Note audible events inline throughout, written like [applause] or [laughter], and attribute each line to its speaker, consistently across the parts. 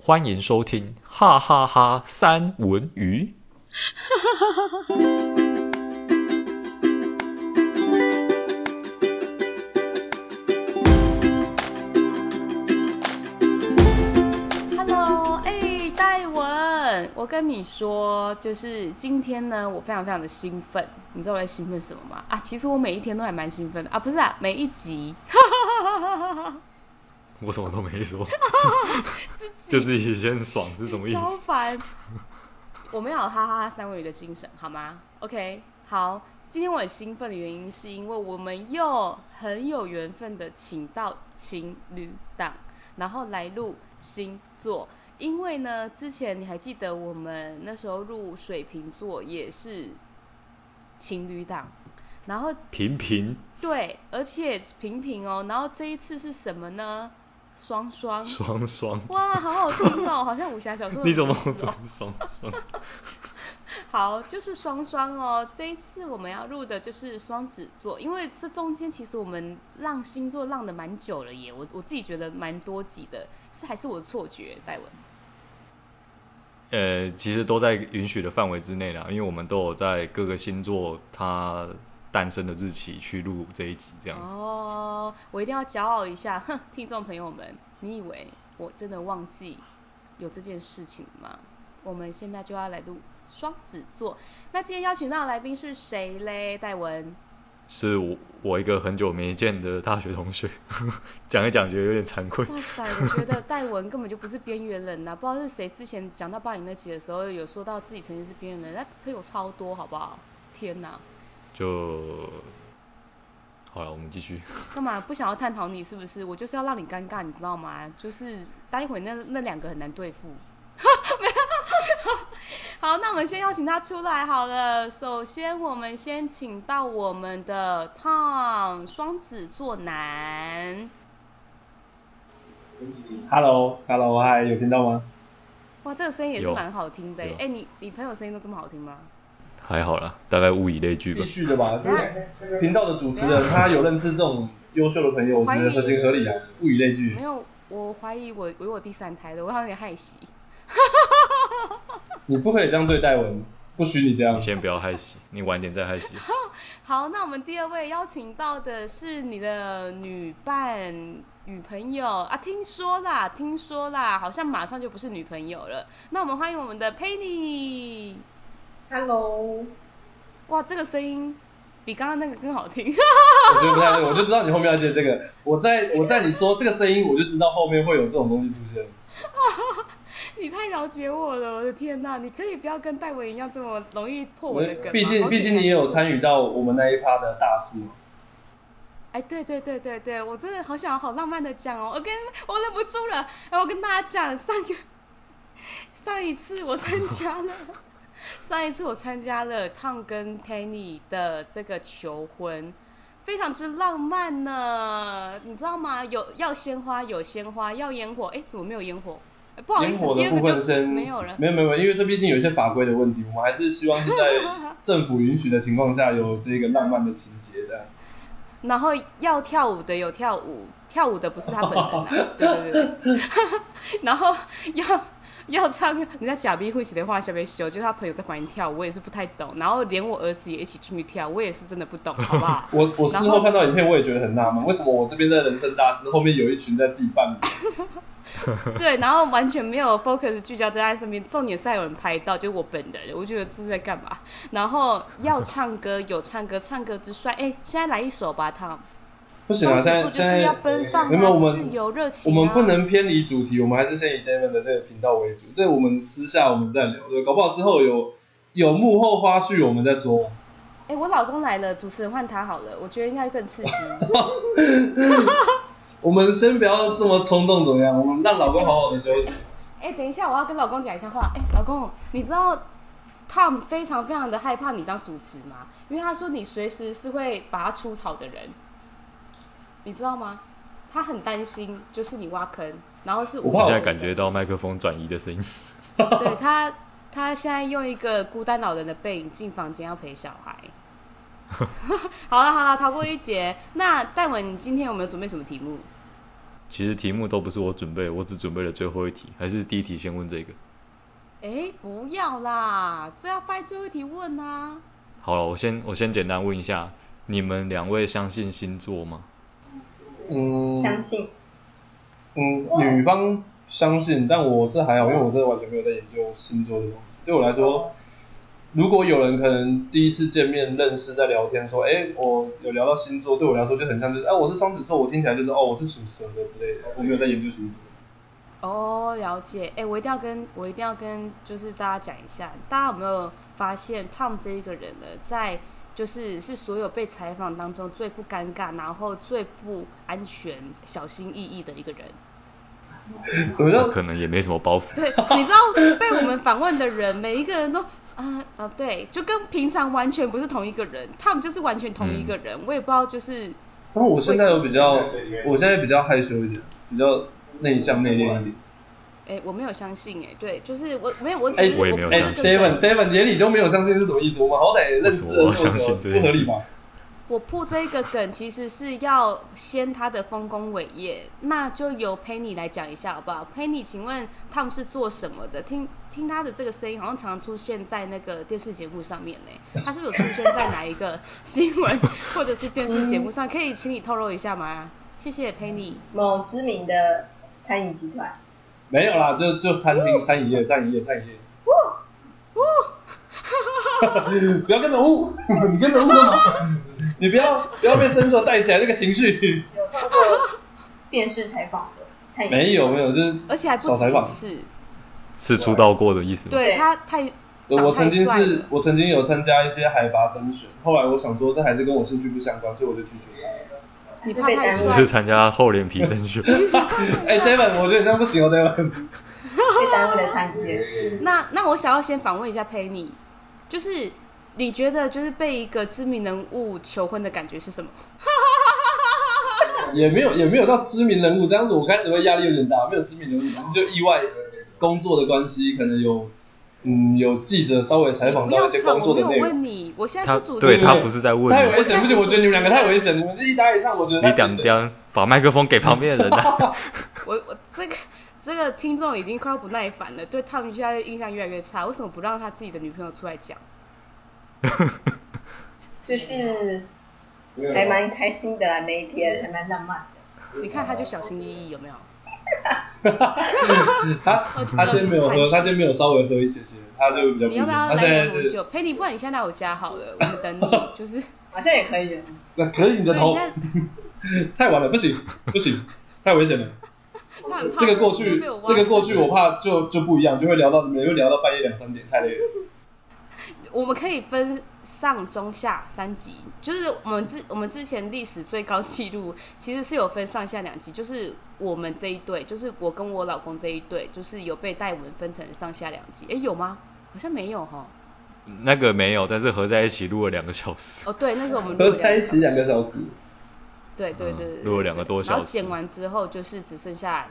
Speaker 1: 欢迎收听哈哈哈三文鱼。
Speaker 2: Hello，哎、戴文，我跟你说，就是今天呢，我非常非常的兴奋，你知道我在兴奋什么吗？啊，其实我每一天都还蛮兴奋的啊，不是啊，每一集，
Speaker 1: 我什么都没 [laughs] 说，就自己先爽是什么意
Speaker 2: 超
Speaker 1: 思？
Speaker 2: 烦。我们要有哈哈哈三文鱼的精神，好吗？OK，好，今天我很兴奋的原因是因为我们又很有缘分的请到情侣档，然后来录星座。因为呢，之前你还记得我们那时候录水瓶座也是情侣档，然后
Speaker 1: 平平
Speaker 2: 对，而且平平哦，然后这一次是什么呢？双双。
Speaker 1: 双双，
Speaker 2: 哇，好好听哦， [laughs] 好像武侠小说的
Speaker 1: 你怎么
Speaker 2: 名字
Speaker 1: 不
Speaker 2: 哦
Speaker 1: 是双双？
Speaker 2: 好，就是双双哦。这一次我们要录的就是双子座，因为这中间其实我们浪星座浪的蛮久了耶，我我自己觉得蛮多集的，是还是我的错觉，戴文？
Speaker 1: [laughs] 呃，其实都在允许的范围之内啦，因为我们都有在各个星座它诞生的日期去录这一集这样子。
Speaker 2: 哦，我一定要骄傲一下，哼，听众朋友们，你以为我真的忘记有这件事情吗？我们现在就要来录双子座，那今天邀请到的来宾是谁嘞？戴文，
Speaker 1: 是我我一个很久没见的大学同学， [laughs] 讲一讲觉得有点惭愧。
Speaker 2: [laughs] 哇塞，我觉得戴文根本就不是边缘人呐、 [laughs] 不知道是谁之前讲到巴黎那集的时候，有说到自己曾经是边缘人，那朋友超多，好不好？天呐，
Speaker 1: 就好了，我们继续。
Speaker 2: 干嘛不想要探讨你是不是？我就是要让你尴尬，你知道吗？就是待会那那两个很难对付。 [laughs] 没有。好，那我们先邀请他出来好了。首先，我们先请到我们的 Tom 双子座男。
Speaker 3: Hello，Hello，嗨，有听到吗？
Speaker 2: 哇，这个声音也是
Speaker 1: 有
Speaker 2: 蛮好听的耶。
Speaker 1: 有
Speaker 2: 哎、你你朋友声音都这么好听吗？
Speaker 1: 还好啦，大概物以类聚吧
Speaker 3: 必。须的吧，这个频道的主持人他有认识这种优秀的朋友，我觉得合情合理啊，物以类聚
Speaker 2: 没。有，我怀疑我我有第三胎的，我有点害喜。
Speaker 3: 你不可以这样对戴文，不许你这样
Speaker 1: 你。先不要害喜，你晚点再
Speaker 2: [laughs]
Speaker 1: 害喜。
Speaker 2: 好，那我们第二位邀请到的是你的女伴、女朋友啊，听说啦，听说啦，好像马上就不是女朋友了。那我们欢迎我们的 Penny。
Speaker 4: Hello，
Speaker 2: 哇，这个声音比刚刚那个更好听。 [laughs]
Speaker 3: 我觉得不太对，我就知道你后面要接这个。我在我在你说这个声音，我就知道后面会有这种东西出现。
Speaker 2: 你太了解我了，我的天呐，你可以不要跟戴维一样这么容易破我
Speaker 3: 我
Speaker 2: 的梗吗
Speaker 3: 毕竟
Speaker 2: 好
Speaker 3: 毕
Speaker 2: 紧
Speaker 3: 竟
Speaker 2: 张
Speaker 3: 你也有参与到我们那一趴的大事嘛。
Speaker 2: 哎，对对对对对，我真的好想好浪漫的讲哦，我跟我忍不住了，哎，我跟大家讲，上个上一次我参加了， [laughs] 上一次我参加了烫跟 Penny 的这个求婚，非常之浪漫呢，你知道吗？有要鲜花，有鲜花，要烟火，哎，怎么没有烟火？哎不好意
Speaker 3: 烟
Speaker 2: 思，
Speaker 3: 火
Speaker 2: 第二
Speaker 3: 的部
Speaker 2: 个
Speaker 3: 分
Speaker 2: 就
Speaker 3: 先
Speaker 2: 没有了。
Speaker 3: 没有没有没有，因为这毕竟有一些法规的问题，我们还是希望是在政府允许的情况下有这个浪漫的情节的。？
Speaker 2: 然后要跳舞的有跳舞，跳舞的不是他本人啊，对对对对。然后要要唱，人家假逼会写的话下面修，就是他朋友在旁边跳舞，我也是不太懂。然后连我儿子也一起出去跳，我也是真的不懂，好不好
Speaker 3: [laughs] 我我
Speaker 2: 然
Speaker 3: 事
Speaker 2: 后
Speaker 3: 后看到影片，我也觉得很纳闷，为什么我这边在人生大师，后面有一群在自己伴舞？
Speaker 2: 对，然后完全没有 focus 聚焦在他身边，重点是还有人拍到，就是我本人，我觉得这是在干嘛？然后要唱歌，有唱歌，唱歌之帅，哎，现在来一首吧，汤。
Speaker 3: 不行啊，
Speaker 2: 双
Speaker 3: 现在
Speaker 2: 子座
Speaker 3: 现
Speaker 2: 就是
Speaker 3: 在
Speaker 2: 要奔放啊
Speaker 3: 没有没有我们
Speaker 2: 自由热情
Speaker 3: 我
Speaker 2: 啊
Speaker 3: 们不能偏离主题，我们还是先以 David 的这个频道为主，这我们私下我们再聊，对，搞不好之后有有幕后花絮我们
Speaker 2: [laughs]
Speaker 3: 再说。
Speaker 2: 哎，我老公来了，主持人换他好了，我觉得应该更刺激。
Speaker 3: 我们先不要这么冲动，怎么样？我们让老公好好的休息。
Speaker 2: 哎、等一下，我要跟老公讲一下话。哎、老公，你知道 Tom 非常非常的害怕你当主持吗？因为他说你随时是会把他出草的人，你知道吗？他很担心，就是你挖坑，然后是无
Speaker 3: 我怕
Speaker 1: 我现
Speaker 2: 止的
Speaker 1: 在感觉到麦克风转移的声音。
Speaker 2: 对他，他现在用一个孤单老人的背影进房间要陪小
Speaker 1: [laughs]
Speaker 2: 孩。好了好了，逃过一劫。那戴文，你今天有没有准备什么题目？
Speaker 1: 其实题目都不是我准备的，我只准备了最后一题，还是第一题先问这个。
Speaker 2: 哎，不要啦，这要掰最后一题问啊。
Speaker 1: 好了，我先我先简单问一下，你们两位相信星座吗？
Speaker 3: 嗯
Speaker 4: 相信。
Speaker 3: 嗯，女方相信，但我是还好，因为我真的完全没有在研究星座的东西。对我来说，如果有人可能第一次见面认识在聊天说，哎，我有聊到星座，对我来说就很像就是，哎、我是双子座，我听起来就是哦，我是属蛇的之类的，我没有在研
Speaker 1: [laughs]
Speaker 3: 究星座。
Speaker 2: 哦，了解。哎，我一定要跟我一定要跟就是大家讲一下，大家有没有发现 Tom 这一个人呢，在就是是所有被采访当中最不尴尬，然后最不安全、小心翼翼的一个人。
Speaker 3: 什么叫
Speaker 1: 我可能也没什么包袱。
Speaker 2: 对，你知道被我们访问的人，每一个人都啊啊、对，就跟平常完全不是同一个人，他们就是完全同一个
Speaker 1: 嗯
Speaker 2: 人。我也不知道，就是
Speaker 3: 然后我现在有比较，我现在比较害羞一点，比较内向内敛一点。
Speaker 2: 哎，我没有相信哎、对，就是我没有，我只
Speaker 3: 哎
Speaker 2: 是
Speaker 1: 我也没有
Speaker 2: 不
Speaker 3: 哎
Speaker 2: 是
Speaker 1: 相信
Speaker 2: 更
Speaker 3: ，David
Speaker 2: 正
Speaker 3: David 连你都没有相信是什么意思？我们好歹也认识了
Speaker 1: 为什么我要
Speaker 3: 这么久
Speaker 1: 相信这件事
Speaker 3: 不合理吧？
Speaker 2: 我铺这个梗其实是要先他的丰功伟业，那就由 Penny 来讲一下好不好？Penny，请问他们是做什么的？听听他的这个声音，好像常出现在那个电视节目上面呢。他是不是有出现在哪一个新闻或者是电视节目上？可以请你透露一下吗？谢谢 Penny。
Speaker 4: 某知名的餐饮集团。
Speaker 3: 没有啦，就就餐厅、餐饮业、餐饮业、餐饮业。
Speaker 2: 哦，
Speaker 3: [laughs] 不要跟着悟， [laughs] 你跟着悟就好，
Speaker 2: [laughs]
Speaker 3: 你不要不要被生错带起来这个情绪。
Speaker 4: 有上过电视采访的餐饮。
Speaker 3: 没有没有，就是
Speaker 2: [laughs] 而且还不
Speaker 3: 少
Speaker 2: 止
Speaker 3: 采
Speaker 2: 一
Speaker 3: 访。
Speaker 2: 次。
Speaker 1: 是出道过的意思吗？
Speaker 2: 对
Speaker 4: 对
Speaker 2: 他太
Speaker 3: 呃
Speaker 2: 长
Speaker 3: 我曾
Speaker 2: 太
Speaker 3: 经
Speaker 2: 帅
Speaker 3: 是
Speaker 2: 了，
Speaker 3: 我曾经有参加一些海拔甄选，后来我想说这还是跟我兴趣不相关，所以我就拒绝了。
Speaker 2: [laughs] 你
Speaker 4: 你
Speaker 2: 怕
Speaker 4: 怕被
Speaker 2: 太
Speaker 4: 耽误
Speaker 1: 只
Speaker 2: 帅
Speaker 1: 是参加厚脸皮甄选。
Speaker 3: 哎、d a v i d 我觉得你这样不行哦，David。
Speaker 2: [laughs]
Speaker 4: 被耽误了餐饮业。
Speaker 2: 那那我想要先访问一下佩妮，就是你觉得就是被一个知名人物求婚的感觉是什么？ [laughs]
Speaker 3: 也没有也没有到知名人物，这样子我开始会压力有点大，没有知名人物，只是就意外工作的关系，可能有嗯有记者稍微采访
Speaker 2: 不要
Speaker 3: 到一些
Speaker 2: 吵，
Speaker 3: 工
Speaker 2: 我
Speaker 3: 作
Speaker 2: 没
Speaker 3: 的
Speaker 2: 有
Speaker 3: 内
Speaker 2: 问
Speaker 3: 容。
Speaker 2: 你，我现在
Speaker 1: 他
Speaker 2: 是主持
Speaker 1: 对
Speaker 2: 人，
Speaker 1: 他不是在问
Speaker 3: 太危
Speaker 1: 你，
Speaker 3: 险，不行，我觉得你们两个太危险，你们这一搭一唱，我觉得
Speaker 1: 你
Speaker 3: 太危
Speaker 1: 挡
Speaker 3: 险。
Speaker 1: 掉，把麦克风给旁边的人啊。 [laughs]
Speaker 2: 我我这个这个听众已经快要不耐烦了，对他们现在印象越来越差，为什么不让他自己的女朋友出来讲？
Speaker 4: 就是
Speaker 3: 啊
Speaker 4: 还蛮开心的啦，啊那一天还蛮浪漫的。
Speaker 2: 你看他就小心翼翼，有没有？
Speaker 3: [laughs] 他他今天没有喝，他今天没有稍微喝一些些，他就比较不
Speaker 2: 你
Speaker 3: 一
Speaker 2: 要
Speaker 3: 样。
Speaker 2: 不要
Speaker 3: 他
Speaker 2: 来
Speaker 3: 现在
Speaker 2: 点
Speaker 3: 就
Speaker 2: 红
Speaker 3: 是
Speaker 2: 酒？佩妮，不然你现在来我家好了，我们等你。
Speaker 3: [laughs]
Speaker 2: 就是
Speaker 4: 好像也可以了。
Speaker 3: 那可以你的
Speaker 2: 对你
Speaker 3: 头
Speaker 2: 现，
Speaker 3: [laughs] 太晚了，不行不行，太危险了。
Speaker 2: 他很怕
Speaker 3: 这个过
Speaker 2: 会
Speaker 3: 去
Speaker 2: 被我挖
Speaker 3: 这个过去我怕就就不一样，就会聊到你们又聊到半夜两三点，太累了。
Speaker 2: 我们可以分上中下三集，就是我们之我们之前历史最高纪录其实是有分上下两集，就是我们这一对，就是我跟我老公这一对，就是有被带文分成上下两集，诶，有吗？好像没有哈。
Speaker 1: 那个没有，但是合在一起录了两个小时。
Speaker 2: 哦，对，那是我们录
Speaker 3: 合
Speaker 2: 了
Speaker 3: 在一起两
Speaker 2: 个小时，
Speaker 3: 个小时，
Speaker 2: 对对对对
Speaker 1: 嗯
Speaker 2: 对，
Speaker 1: 录了两个多小时
Speaker 2: 然后剪完之后就是只剩下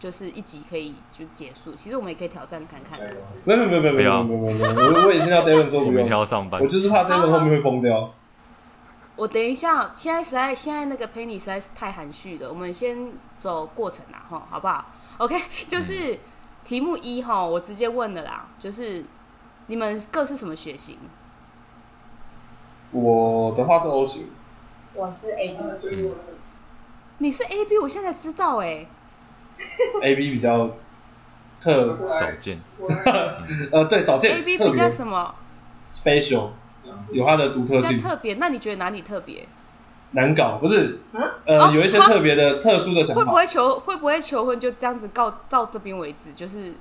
Speaker 2: 就是一集可以就结束，其实我们也可以挑战看看啊。
Speaker 3: 没有没有没有没有没有没有没有，我我也听到 David 说
Speaker 1: 我
Speaker 3: 不
Speaker 1: 明天，
Speaker 3: 用
Speaker 1: 要上班
Speaker 3: 我。就是怕 David 后面会疯掉。
Speaker 2: 我等一下，现在实在现在那个 Penny 实在是太含蓄了，我们先走过程啦，吼，好不好？OK，就是、
Speaker 3: 嗯
Speaker 2: 题目一吼，我直接问了啦，就是你们各是什么血型？
Speaker 3: 我的话是 O 型，
Speaker 4: 我是 A B 型，
Speaker 1: 嗯，
Speaker 2: 你是 A B，我现在才知道哎、
Speaker 3: A B 比较特，
Speaker 1: 少见。
Speaker 3: [laughs] 呃，对，少
Speaker 2: a
Speaker 3: 见
Speaker 2: B
Speaker 3: 特
Speaker 2: 比较
Speaker 3: 别
Speaker 2: 什么？
Speaker 3: special，有它的独特
Speaker 2: 比较
Speaker 3: 性，
Speaker 2: 特别，那你觉得哪里特别？
Speaker 3: 难搞，不是？
Speaker 4: 嗯
Speaker 3: 呃，
Speaker 2: 哦
Speaker 3: 有一些
Speaker 2: 哈
Speaker 3: 特别的、特殊的想
Speaker 2: 会不
Speaker 3: 法。
Speaker 2: 会求会不会求婚就这样子告到这边为止？就是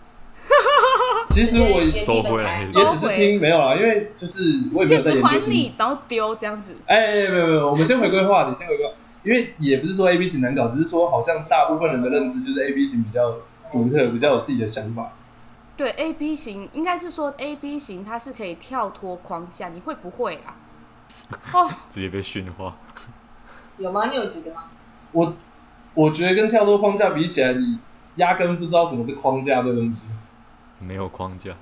Speaker 3: 其实我
Speaker 4: 也
Speaker 3: 也
Speaker 1: 收回来
Speaker 3: 只是听，没有啦，因为就是我也没
Speaker 2: 戒
Speaker 3: 有在
Speaker 2: 指
Speaker 3: 研究
Speaker 2: 还
Speaker 3: 什么
Speaker 2: 你，然后丢这样子。
Speaker 3: 哎，没有没有，我们先回归话题，先回归话题，因为也不是说 A B 型难搞，只是说好像大部分人的认知就是 A B 型比较独特，比较有自己的想法。
Speaker 2: 对 A B 型，应该是说 A B 型它是可以跳脱框架，你会不会啊？哦，
Speaker 1: 直接被驯 [laughs] 化。
Speaker 4: 有吗？你有觉得吗？
Speaker 3: 我我觉得跟跳脱框架比起来，你压根不知道什么是框架这东西，
Speaker 1: 没有框架，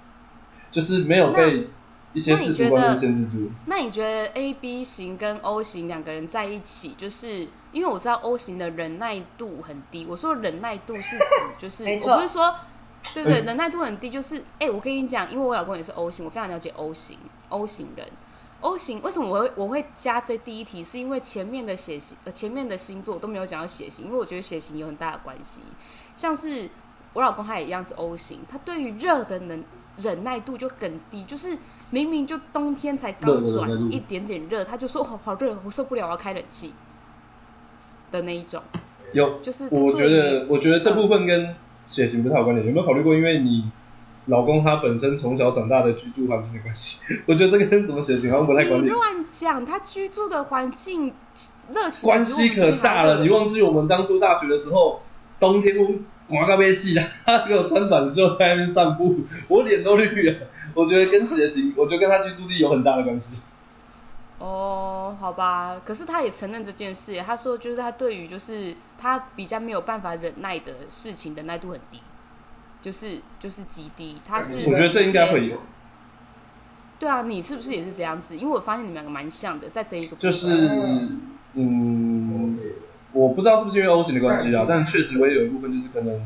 Speaker 3: 就是没有被一些世俗观念限制住。
Speaker 2: 那你觉得 A B 型跟 O 型两个人在一起，就是因为我知道 O 型的忍耐度很低，我说忍耐度是指就是
Speaker 4: 没
Speaker 2: 我不
Speaker 4: 错
Speaker 2: 是说。对对，
Speaker 3: 嗯
Speaker 2: 忍耐度很低，就是哎、我跟你讲，因为我老公也是 O 型，我非常了解 O 型，O 型人，O 型为什么我会我会加这第一题，是因为前面的血型，呃，前面的星座我都没有讲到血型，因为我觉得血型有很大的关系。像是我老公他也一样是 O 型，他对于热的能忍耐度就更低，就是明明就冬天才刚
Speaker 3: 热的忍耐
Speaker 2: 转
Speaker 3: 度
Speaker 2: 一点点热，他就说哦好热，我受不了，我要开冷气的那一种。
Speaker 3: 有，
Speaker 2: 就是
Speaker 3: 我觉
Speaker 2: 对
Speaker 3: 得，我觉得这部分跟血型不太有关联。有没有考虑过，因为你老公他本身从小长大的居住环境的关系？ [laughs] 我觉得这跟什么血型好像不太关
Speaker 2: 你
Speaker 3: 联，
Speaker 2: 乱讲，他居住的环境热情
Speaker 3: 关系可大了。你忘记我们当初大学的时候，冬天我麻咖啡系的， [laughs] 他只有穿短袖在那边散步，我脸都绿了。我觉得跟血型，我觉得跟他居住地有很大的关系。
Speaker 2: 哦，好吧，可是他也承认这件事，他说就是他对于就是他比较没有办法忍耐的事情忍耐度很低，就是就是极低，他是
Speaker 3: 我觉得这应该会有。
Speaker 2: 对啊，你是不是也是这样子？因为我发现你们两个蛮像的，在这一个部分
Speaker 3: 就是嗯，我不知道是不是因为 O 型的关系啊，但确实我也有一部分就是可能，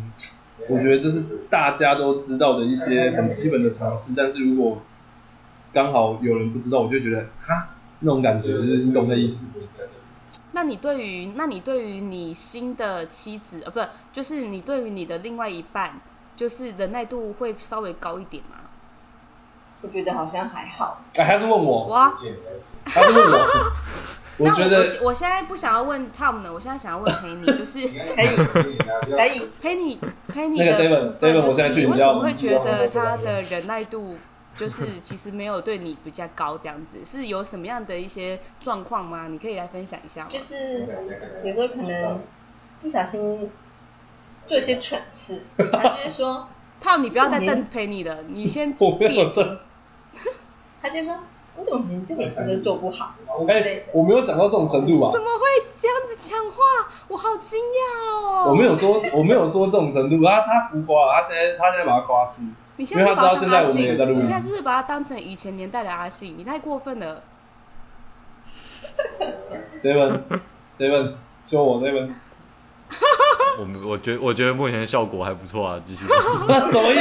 Speaker 3: 我觉得这是大家都知道的一些很基本的常识，但是如果刚好有人不知道，我就觉得哈那种感觉，就是你懂那意思。
Speaker 2: 那你对于那你对于你新的妻子呃，不就是你对于你的另外一半，就是忍耐度会稍微高一点吗？
Speaker 4: 我觉得好像还好。
Speaker 3: 哎，他是问我，
Speaker 2: 哇，
Speaker 3: 他是问
Speaker 2: [laughs]
Speaker 3: 我，我
Speaker 2: 那
Speaker 3: 觉得
Speaker 2: 我我现在不想要问 Tom 呢，我现在想要问
Speaker 3: [laughs]
Speaker 2: Penny，就是
Speaker 4: 可
Speaker 1: [laughs]
Speaker 4: 以，可以，
Speaker 2: Penny Penny
Speaker 3: 那个
Speaker 2: 的部
Speaker 3: David，
Speaker 2: 分
Speaker 3: David，
Speaker 2: 就是
Speaker 3: 我现在去
Speaker 2: 你
Speaker 3: 你
Speaker 2: 为
Speaker 3: 家
Speaker 2: 什么
Speaker 3: 我
Speaker 2: 会
Speaker 3: 们
Speaker 2: 觉
Speaker 3: 去
Speaker 2: 得
Speaker 3: 玩
Speaker 2: 他的忍耐
Speaker 3: [laughs]
Speaker 2: 度就是其实没有对你比较高这样子，是有什么样的一些状况吗？你可以来分享一下吗？
Speaker 4: 就是有时候可能不小心做一些蠢事，他就会说，
Speaker 2: Tom，你不要再瞪 Penny 了，你先
Speaker 3: [laughs] 我没有
Speaker 2: 闭
Speaker 3: 这
Speaker 2: 嘴。，
Speaker 4: 他就说你怎么连这点事都做不好？
Speaker 3: 哎，我没有讲到这种程度啊吧
Speaker 2: 怎？么会这样子讲话？我好惊讶哦！
Speaker 3: 我没有说，我没有说这种程度，他他浮夸了，啊他现在他现在把他夸死，
Speaker 2: 你
Speaker 3: 因
Speaker 2: 现
Speaker 3: 为
Speaker 2: 在
Speaker 3: 他
Speaker 2: 是把他
Speaker 3: 知道
Speaker 2: 当
Speaker 3: 现在
Speaker 2: 阿
Speaker 3: 我们
Speaker 2: 信，
Speaker 3: 也在录
Speaker 2: 你
Speaker 3: 音
Speaker 2: 现。在是不是把他当成以前年代的阿信？你太过分了。
Speaker 1: [laughs]
Speaker 3: David，David，就我 David，
Speaker 1: 我们我觉我觉得目前效果还不错啊，继续吧。 [laughs]
Speaker 3: 那什么意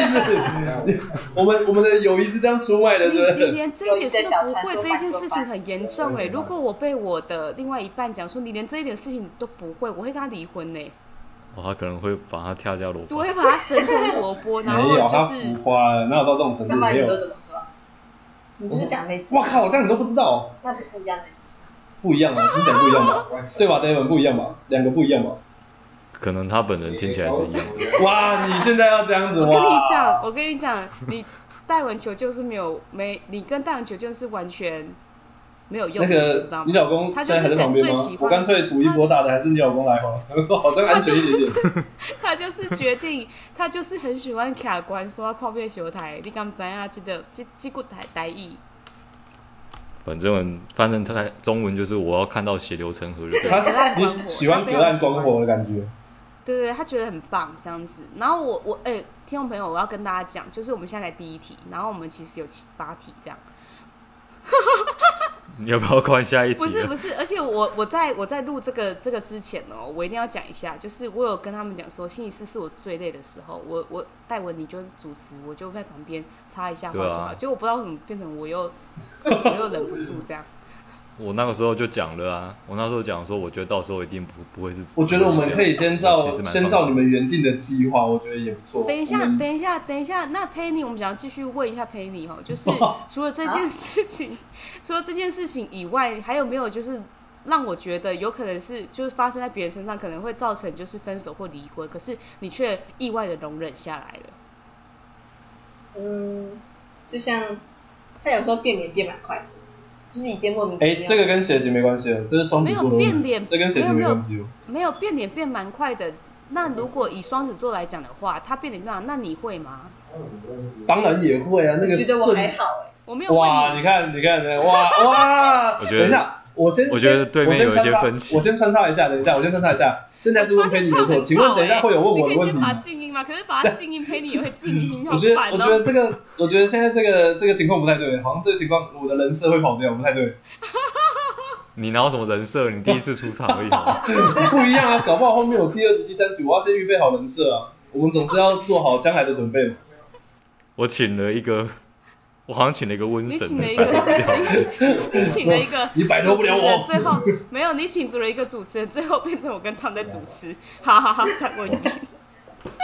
Speaker 3: 思？我们我们的友谊是这样出卖的，
Speaker 2: 你
Speaker 3: 对不
Speaker 2: 你
Speaker 3: 对？
Speaker 2: 连这一点事都不会，这一件事情很严重哎、如果我被我的另外一半讲说你连这一点事情都不会，我会跟他离婚呢、
Speaker 1: 哦，他可能会把他跳下萝
Speaker 2: 我
Speaker 1: 卜
Speaker 2: 会。把他神推萝卜，
Speaker 3: [laughs]
Speaker 2: 然
Speaker 3: 没
Speaker 2: 后就
Speaker 3: 有，他
Speaker 2: 是
Speaker 3: 浮夸了，哪有到这种程
Speaker 4: 那
Speaker 3: 度？
Speaker 4: 么
Speaker 3: 没
Speaker 4: 你
Speaker 3: 有
Speaker 4: 都。怎么说？你不是讲类似？
Speaker 3: 哇靠，这样你都不知道哦，
Speaker 4: 那不是一样的意思吗？
Speaker 3: 不一样啊，你讲不一样吧？对吧，David 不一样吧？两个不一样吧？
Speaker 1: 可能他本人听起来是一样的。
Speaker 3: 哇，你现在要这样子
Speaker 2: 我
Speaker 3: 哇？
Speaker 2: 跟你讲，我跟你讲，你戴文求救是没有没，你跟戴文求救是完全没有用
Speaker 3: 那
Speaker 2: 的，你知道吗？
Speaker 3: 个你老公
Speaker 2: 他
Speaker 3: 现
Speaker 2: 就是
Speaker 3: 在还在旁
Speaker 2: 选最
Speaker 3: 边吗
Speaker 2: 喜欢，？
Speaker 3: 我干脆赌一波大的，还是你老公来好了， [laughs] 好像安全一点点。
Speaker 2: 他就是决定，他就是很喜欢卡关，说要跨越球台，你敢知啊？这个这这个台台语。
Speaker 1: 反正反正他中文就是我要看到血流成河就对
Speaker 3: 他
Speaker 2: [laughs]
Speaker 1: 了。
Speaker 3: 是你喜欢隔岸观火的感觉，
Speaker 2: 对对，对他觉得很棒这样子。然后我我哎、听众朋友，我要跟大家讲，就是我们现在才第一题，然后我们其实有七八题这样。
Speaker 1: 你要不要换下一题？啊
Speaker 2: 不是不。是，而且我我在我在录这个这个之前哦，我一定要讲一下，就是我有跟他们讲说，星期四是我最累的时候，我我戴文你就主持，我就在旁边插一下话
Speaker 1: 对啊
Speaker 2: 就好。结果不知道为什么变成我又我又忍不住这样。
Speaker 1: 我那个时候就讲了啊，我那时候讲说，我觉得到时候一定不不会是。
Speaker 3: 我觉得我们可以先
Speaker 1: 我其
Speaker 3: 照
Speaker 1: 实蛮
Speaker 3: 先
Speaker 1: 放
Speaker 3: 照
Speaker 1: 心
Speaker 3: 你们原定的计划，我觉得也不错。
Speaker 2: 等一下
Speaker 3: 我嗯们，
Speaker 2: 等一下，等一下，那 Penny，我们想要继续问一下 Penny 哈，
Speaker 3: [laughs]
Speaker 2: 就是除了这件事情， [laughs] 除了这件事情以外，还有没有就是让我觉得有可能是就是发生在别人身上，可能会造成就是分手或离婚，可是你却意外的容忍下来了。
Speaker 4: 嗯，就像他有时候变脸变蛮快的，就是已经莫名其
Speaker 3: 哎
Speaker 4: 妙。，
Speaker 3: 这个跟血型没关系了，这是双
Speaker 2: 没
Speaker 3: 子
Speaker 2: 有
Speaker 3: 座的
Speaker 2: 变
Speaker 3: 问
Speaker 2: 脸
Speaker 3: 题，，这跟血型
Speaker 2: 没有
Speaker 3: 关系哦。
Speaker 2: 没有变脸变蛮快的。那如果以双子座来讲的话，他变脸变蛮，那你会吗？
Speaker 3: 当然也会啊，那个
Speaker 4: 觉得我
Speaker 3: 瞬
Speaker 4: 还好哎、
Speaker 2: 我没有问你啊 [laughs]
Speaker 3: 哇，你看，你看，哇哇，
Speaker 1: 我觉得
Speaker 3: 等一下，我先，
Speaker 1: 我觉得
Speaker 3: 先
Speaker 1: 对面
Speaker 3: 我先
Speaker 1: 有一
Speaker 3: 穿
Speaker 1: 些
Speaker 3: 插
Speaker 1: 分歧
Speaker 3: 我先穿插一下，等一下，我先穿插一下。现在是
Speaker 2: 我
Speaker 3: 问
Speaker 2: 发
Speaker 3: 佩
Speaker 2: 现
Speaker 3: 妮
Speaker 2: 他
Speaker 3: 的
Speaker 2: 很吵
Speaker 3: 错，
Speaker 2: 欸
Speaker 3: 请问等一下会有问我的
Speaker 2: 你可以
Speaker 3: 问
Speaker 2: 先
Speaker 3: 题
Speaker 2: 把它
Speaker 3: 吗？
Speaker 2: 静音嘛，可是把它静音，陪你也会静音，好
Speaker 3: [laughs] 我觉得，
Speaker 2: 烦
Speaker 3: 我觉
Speaker 2: 哦
Speaker 3: 得。这个，我觉得现在这个这个情况不太对，好像这个情况我的人设会跑掉，不太对，
Speaker 1: 你哪有什么人设？你第一次出场而已，好吗？
Speaker 3: [laughs] 不一样啊，搞不好后面有第二集、第三集，我要先预备好人设啊，我们总是要做好将来的准备嘛。，
Speaker 1: 我请了一个，我好像请了一个瘟
Speaker 2: 你
Speaker 1: 神，
Speaker 2: 请了一个， [laughs] 你你请了一个
Speaker 3: [laughs] 你摆脱不了我
Speaker 2: 最后没有，你请足了一个主持人，最后变成我跟他们在主持。好好好，再问你，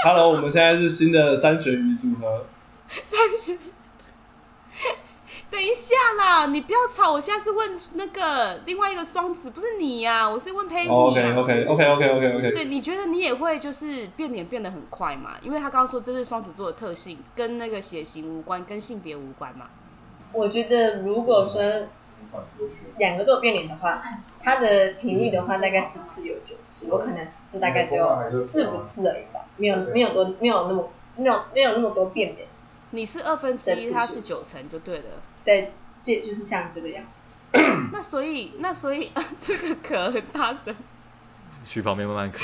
Speaker 3: Hello，我们现在是新的三选鱼组合，
Speaker 2: 三选。等一下啦，你不要吵，我现在是问那个另外一个双子，不是你呀、我是问 Penny 啊、
Speaker 3: o k 哦 OK OK OK OK OK，
Speaker 2: 对，你觉得你也会就是变脸变得很快嘛？因为他刚刚说这是双子座的特性，跟那个血型无关，跟性别无关嘛。
Speaker 4: 我觉得如果说两个都有变脸的话，它的频率的话大概十次有九次，我可能十次大概只有四五次而已吧，没有没有多没有那么没有没有那么多变脸，
Speaker 2: 你是二分之
Speaker 4: 的次
Speaker 2: 一，
Speaker 4: 数
Speaker 2: 他是九成就对了。
Speaker 4: 在这就是像这个样子。
Speaker 2: 那所以，那所以 [laughs] 这个咳很大声，
Speaker 1: 去旁边慢慢咳。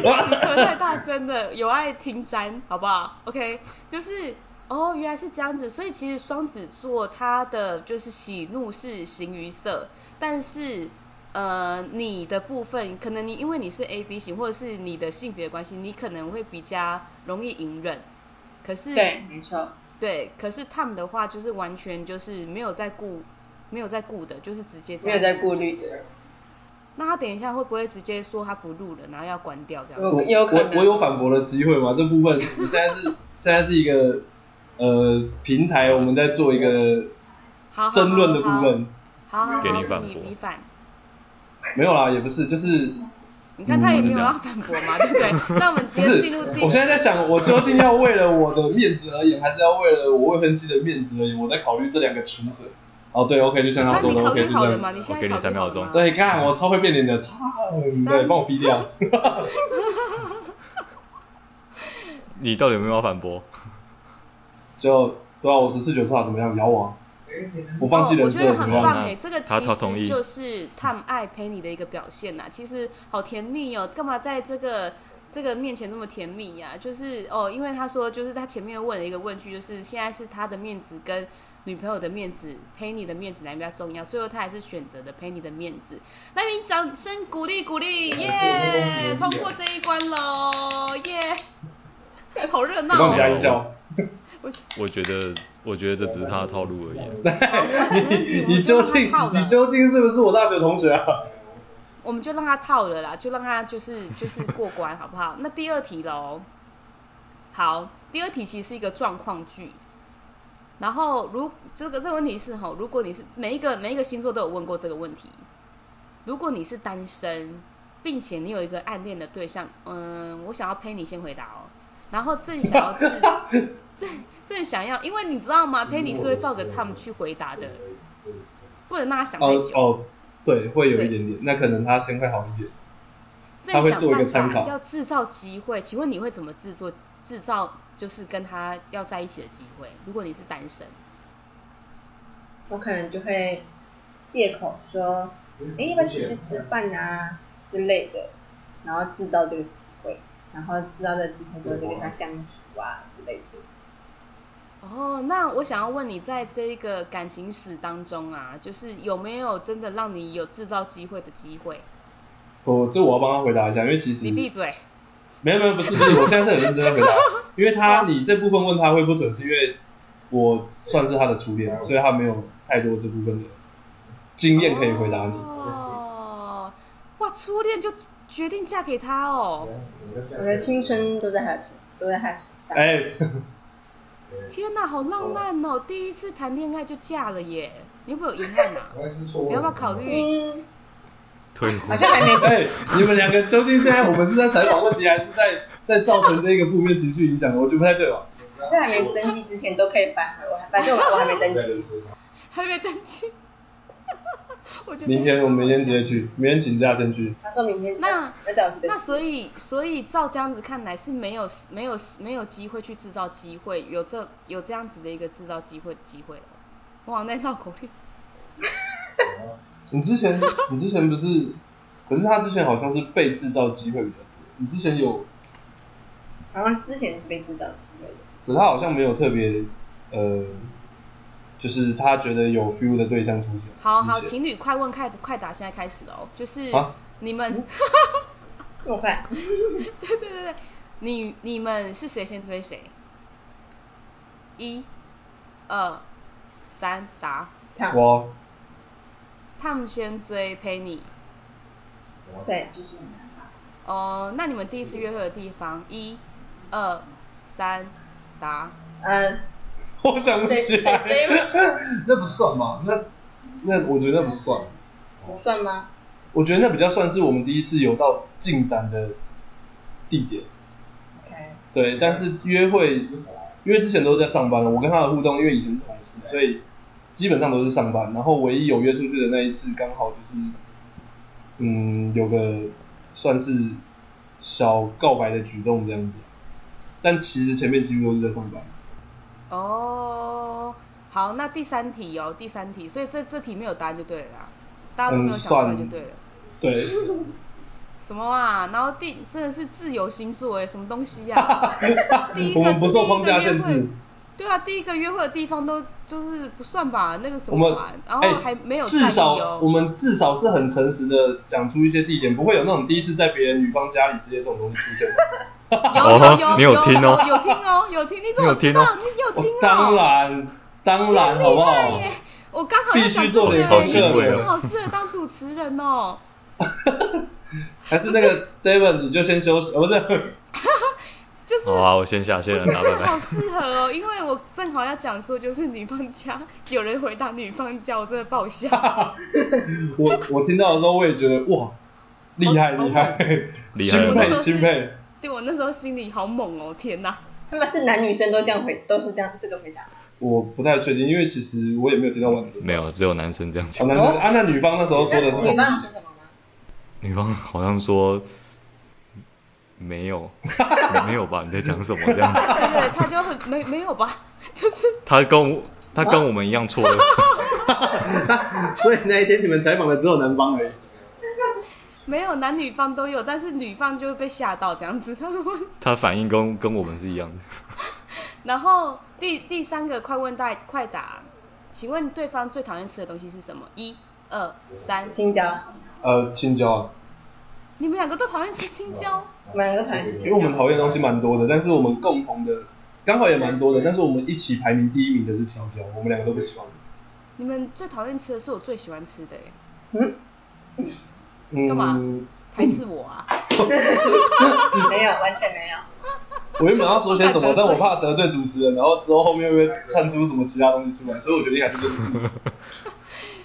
Speaker 2: 你咳太大声了，有爱听詹，好不好？OK，就是哦，原来是这样子，所以其实双子座他的就是喜怒是形于色，但是呃，你的部分可能你因为你是 A B 型，或者是你的性别的关系，你可能会比较容易隐忍，可是
Speaker 4: 对，没错。
Speaker 2: 对，可是 Tom 的话就是完全就是没有在顾，没有在顾的，就是直接这
Speaker 4: 没
Speaker 2: 样
Speaker 4: 有在
Speaker 2: 子
Speaker 4: 顾虑
Speaker 2: 就
Speaker 4: 的
Speaker 2: 是。那他等一下会不会直接说他不录了，然后要关掉这样？
Speaker 4: 我
Speaker 3: 我
Speaker 4: 有可能
Speaker 3: 我我有反驳的机会吗？这部分我现在是 [laughs] 现在是一个呃平台，我们在做一个
Speaker 2: 好好
Speaker 3: 争论的部
Speaker 2: 好
Speaker 3: 分。
Speaker 2: 好好好，
Speaker 1: 给你反
Speaker 2: 你
Speaker 1: 驳
Speaker 2: 你反，
Speaker 3: 没有啦，也不是，就是
Speaker 2: 你看他也没有
Speaker 1: 嗯
Speaker 2: 要反驳嘛，对不
Speaker 1: [laughs]
Speaker 2: 对？那我们直
Speaker 3: 不
Speaker 2: 接
Speaker 3: 是
Speaker 2: 进入第，
Speaker 3: 我现在在想，我究竟要为了我的面子而言，还是要为了我未婚妻的面子而言？我在考虑这两个取舍。哦，对，OK，就像
Speaker 2: 那
Speaker 3: 他说
Speaker 2: 你
Speaker 3: 的
Speaker 2: 考
Speaker 3: ，OK，
Speaker 2: 虑
Speaker 3: 就
Speaker 2: 好
Speaker 3: 这
Speaker 2: 了吗？
Speaker 3: 样。
Speaker 2: 你现
Speaker 1: 我给
Speaker 2: 在
Speaker 1: 你
Speaker 2: 考
Speaker 1: 三
Speaker 2: 虑好
Speaker 1: 秒
Speaker 2: 了
Speaker 1: 钟
Speaker 2: 吗？
Speaker 3: 对，看我超会变脸的，操！对，帮我逼掉。
Speaker 1: 你到底有没有要反驳？ [laughs]
Speaker 3: 就对啊，我十四九差怎么样？咬我啊，不放弃
Speaker 2: 哦
Speaker 3: 人
Speaker 2: 我觉得
Speaker 3: 设怎
Speaker 2: 很
Speaker 3: 么样？
Speaker 2: 棒哎，这个
Speaker 1: 他他同
Speaker 2: 其
Speaker 1: 意
Speaker 2: 实就是他们爱陪你的一个表现呐、其实好甜蜜哦，干嘛在这个这个面前那么甜蜜呀、就是哦，因为他说就是他前面问了一个问句，就是现在是他的面子跟女朋友的面子，陪你的面子哪个比较重要？最后他还是选择的陪你的面子，来宾掌声鼓励鼓励，耶、通过这一关喽，耶、 [laughs] 好热
Speaker 3: 你帮
Speaker 2: 闹
Speaker 3: 我加
Speaker 2: 哦！
Speaker 3: 音效。
Speaker 2: 我觉
Speaker 1: 我觉得，我觉得这只是他的套路而已。
Speaker 2: 得没问题我
Speaker 3: 你
Speaker 2: 们就
Speaker 3: 究
Speaker 2: 让
Speaker 3: 竟
Speaker 2: 他套了
Speaker 3: 你 [laughs] 究竟是不是我大学同学啊？
Speaker 2: 我们就让他套了啦，就让他就是 [laughs] 就是过关，好不好？那第二题喽。好，第二题其实是一个状况句。然后如这个这个问题是吼，如果你是每一个每一个星座都有问过这个问题，如果你是单身，并且你有一个暗恋的对象，嗯，我想要陪你先回答哦。然后正想要
Speaker 3: [laughs]
Speaker 2: 自正正想要，因为你知道吗？陪你是会照着他们去回答的，不能让他想太
Speaker 3: 哦
Speaker 2: 久。
Speaker 3: 哦，对，会有一点点，那可能他先会好一点。他
Speaker 2: 正
Speaker 3: 会
Speaker 2: 想
Speaker 3: 做一个
Speaker 2: 办
Speaker 3: 参
Speaker 2: 法
Speaker 3: 考
Speaker 2: 要制造机会，请问你会怎么制作制造就是跟他要在一起的机会？如果你是单身，
Speaker 4: 我可能就会借口说，哎，要不要出去吃饭啊之类的，然后制造这个机会，然后制造这个机会之后就跟他相处啊之类的。
Speaker 2: 哦，那我想要问你，在这个感情史当中啊，就是有没有真的让你有制造机会的机会？
Speaker 3: 我哦这我要帮他回答一下，因为其实
Speaker 2: 你闭嘴。
Speaker 3: 没有没有不是不是，我现在是很认真
Speaker 2: [laughs]
Speaker 3: 的回答，因为他你这部分问他会不准，是因为我算是他的初恋，所以他没有太多这部分的经验可以回答你。
Speaker 2: 哦，哇，初恋就决定嫁给他哦！
Speaker 4: 我的青春都在他的手，都在他的手上。
Speaker 3: 哎， [laughs]
Speaker 2: 天哪，好浪漫
Speaker 3: Oh
Speaker 2: 哦！第一次谈恋爱就嫁了耶，你有没有遗憾
Speaker 3: [laughs]
Speaker 2: 啊？你要不要考虑？
Speaker 4: 嗯，
Speaker 1: 退
Speaker 4: 好
Speaker 1: 婚，
Speaker 4: 像还没
Speaker 3: 哎、你们两个究竟现在我们是在采访问题，还是在在造成这个负面情绪影响？我觉得不太对吧？
Speaker 4: 在还没登记之前都可以反悔，我还反正我我还没登记。
Speaker 2: 还没登记？ [laughs] 我觉得
Speaker 3: 明天我们明天直
Speaker 2: 结。
Speaker 3: 接去，明天请假先去。
Speaker 4: 他说明天
Speaker 2: 那
Speaker 4: 要带我去登记。
Speaker 2: 那所以所以照这样子看来是没有没有没有机会去制造机会，有这有这样子的一个制造机会的机会了。哇，那绕口令。
Speaker 3: 你之前你之前不是，可是他之前好像是被制造机会比较多。你之前有，
Speaker 4: 好像之前是被制造机会的，
Speaker 3: 可是他好像没有特别呃，就是他觉得有 feel 的对象出现。
Speaker 2: 好好，
Speaker 3: 之前
Speaker 2: 情侣快问快快答，现在开始了哦，就是
Speaker 3: 啊
Speaker 2: 你们，
Speaker 4: 这么快？
Speaker 2: [laughs] 对对对对，你你们是谁先追谁？一、二、三，答。
Speaker 4: 他
Speaker 3: 我
Speaker 2: 他们先追陪你。
Speaker 4: 对，
Speaker 2: 哦，那你们第一次约会的地方，一、二、三，答。
Speaker 4: 嗯，
Speaker 3: [laughs] 我想不
Speaker 4: 水
Speaker 3: 起
Speaker 4: 水
Speaker 3: 来，
Speaker 4: 追
Speaker 3: [laughs] 那不算吧？那那我觉得那不算，
Speaker 4: 不算吗？
Speaker 3: 我觉得那比较算是我们第一次有到进展的地点。
Speaker 4: OK，
Speaker 3: 对，但是约会，因为之前都是在上班，我跟他的互动，因为以前是同事，所以基本上都是上班。然后唯一有约出去的那一次，刚好就是，嗯，有个算是小告白的举动这样子。但其实前面几乎都是在上班。
Speaker 2: 哦，好，那第三题哦，第三题，所以这这题没有答案就对了啦，大家都
Speaker 3: 嗯
Speaker 2: 没有想出来
Speaker 3: 算
Speaker 2: 就对了。
Speaker 3: 对， [laughs]
Speaker 2: 什么啊？然后第真的是自由星座哎，什么东西呀、
Speaker 3: [laughs]
Speaker 2: 啊？ [laughs] 第一个
Speaker 3: 我们不受框架
Speaker 2: 第一个约
Speaker 3: 限
Speaker 2: 会
Speaker 3: 制。
Speaker 2: 对啊，第一个约会的地方都就是不算吧，那个什
Speaker 3: 我
Speaker 2: 么
Speaker 3: 们
Speaker 2: 啊、然
Speaker 3: 哎
Speaker 2: 后还没有
Speaker 3: 至
Speaker 2: 在意
Speaker 3: 少
Speaker 2: 哦。
Speaker 3: 我们至少是很诚实的讲出一些地点，不会有那种第一次在别人女方家里直接这种东西
Speaker 2: [laughs]
Speaker 3: 出现。
Speaker 2: 有有有
Speaker 1: 哦你有听哦
Speaker 2: 有听哦，有听，你怎
Speaker 1: 你
Speaker 2: 么
Speaker 1: 有
Speaker 2: 知
Speaker 1: 听
Speaker 2: 道？
Speaker 1: 哦
Speaker 2: 你有
Speaker 3: 我
Speaker 2: 听哦？
Speaker 3: 当然，当然，好不好？
Speaker 2: 我刚好要讲
Speaker 3: 必须做
Speaker 2: 这
Speaker 1: 点
Speaker 2: 个，
Speaker 1: 好
Speaker 2: 你
Speaker 1: 行为
Speaker 2: 真的
Speaker 1: 哦
Speaker 2: 好适合当主持人哦。
Speaker 3: [laughs] 还是那
Speaker 2: [laughs]
Speaker 3: 个 David，你就先休息，哦、不是？
Speaker 2: 就是
Speaker 1: 好
Speaker 2: [laughs]
Speaker 3: 哦
Speaker 1: 啊，我先下线了，
Speaker 2: 真
Speaker 1: 打拜
Speaker 2: 的
Speaker 1: 拜
Speaker 2: 好。适合哦，因为我正好要讲说，就是女方家 [laughs] 有人回答女方家，我真的爆笑。
Speaker 3: [laughs] 我我听到的时候，我也觉得哇，厉害
Speaker 2: 好
Speaker 3: 厉害，
Speaker 1: 厉害
Speaker 3: [laughs] 钦
Speaker 2: 我那时
Speaker 3: 佩
Speaker 2: 候是
Speaker 3: 钦佩。
Speaker 2: 对我那时候心里好猛哦，天
Speaker 3: [laughs]
Speaker 2: 哪！
Speaker 4: 他们是男女生都这样回，都是这样这个回答。
Speaker 3: 我不太确定，因为其实我也没有听到完整。
Speaker 1: 没有，只有男生这样
Speaker 3: 哦，
Speaker 1: 讲。
Speaker 3: 那那啊，那女方那时候说的是
Speaker 4: 那
Speaker 3: 同
Speaker 4: 女
Speaker 3: 意，
Speaker 4: 方是什么吗？
Speaker 1: 女方好像说没有，没有吧？你在讲什么这样子？
Speaker 2: 对对，他就很没没有吧， [laughs] 就是
Speaker 1: 他跟我他跟我们一样错愕，
Speaker 3: [laughs] 所以那一天你们采访的只有男方而已。
Speaker 2: 没有男女方都有，但是女方就会被吓到这样子。 [laughs]
Speaker 1: 他反应跟跟我们是一样的。
Speaker 2: 然后第第三个快问大快答，请问对方最讨厌吃的东西是什么？一、二、三，
Speaker 4: 青椒，
Speaker 3: 呃，青椒啊，
Speaker 2: 你们两个都讨厌吃青椒，
Speaker 4: 我们两个讨厌吃
Speaker 3: 因
Speaker 4: 青
Speaker 3: 为
Speaker 4: 椒。
Speaker 3: 我们讨厌的东西蛮多的，但是我们共同的刚好也蛮多的，但是我们一起排名第一名的是青椒，我们两个都不喜欢。
Speaker 2: 你们最讨厌吃的是我最喜欢吃的耶，
Speaker 4: 嗯， [laughs]
Speaker 2: 干嘛
Speaker 3: 嗯，
Speaker 2: 排斥我啊？ [laughs]
Speaker 4: 没有，完全没有。
Speaker 3: 我原本要说些
Speaker 2: [laughs]
Speaker 3: 什么，
Speaker 2: 不敢得罪
Speaker 3: 但我怕得罪主持人，然后之后后面会不会窜出什么其他东西出来，所以我决定还是跟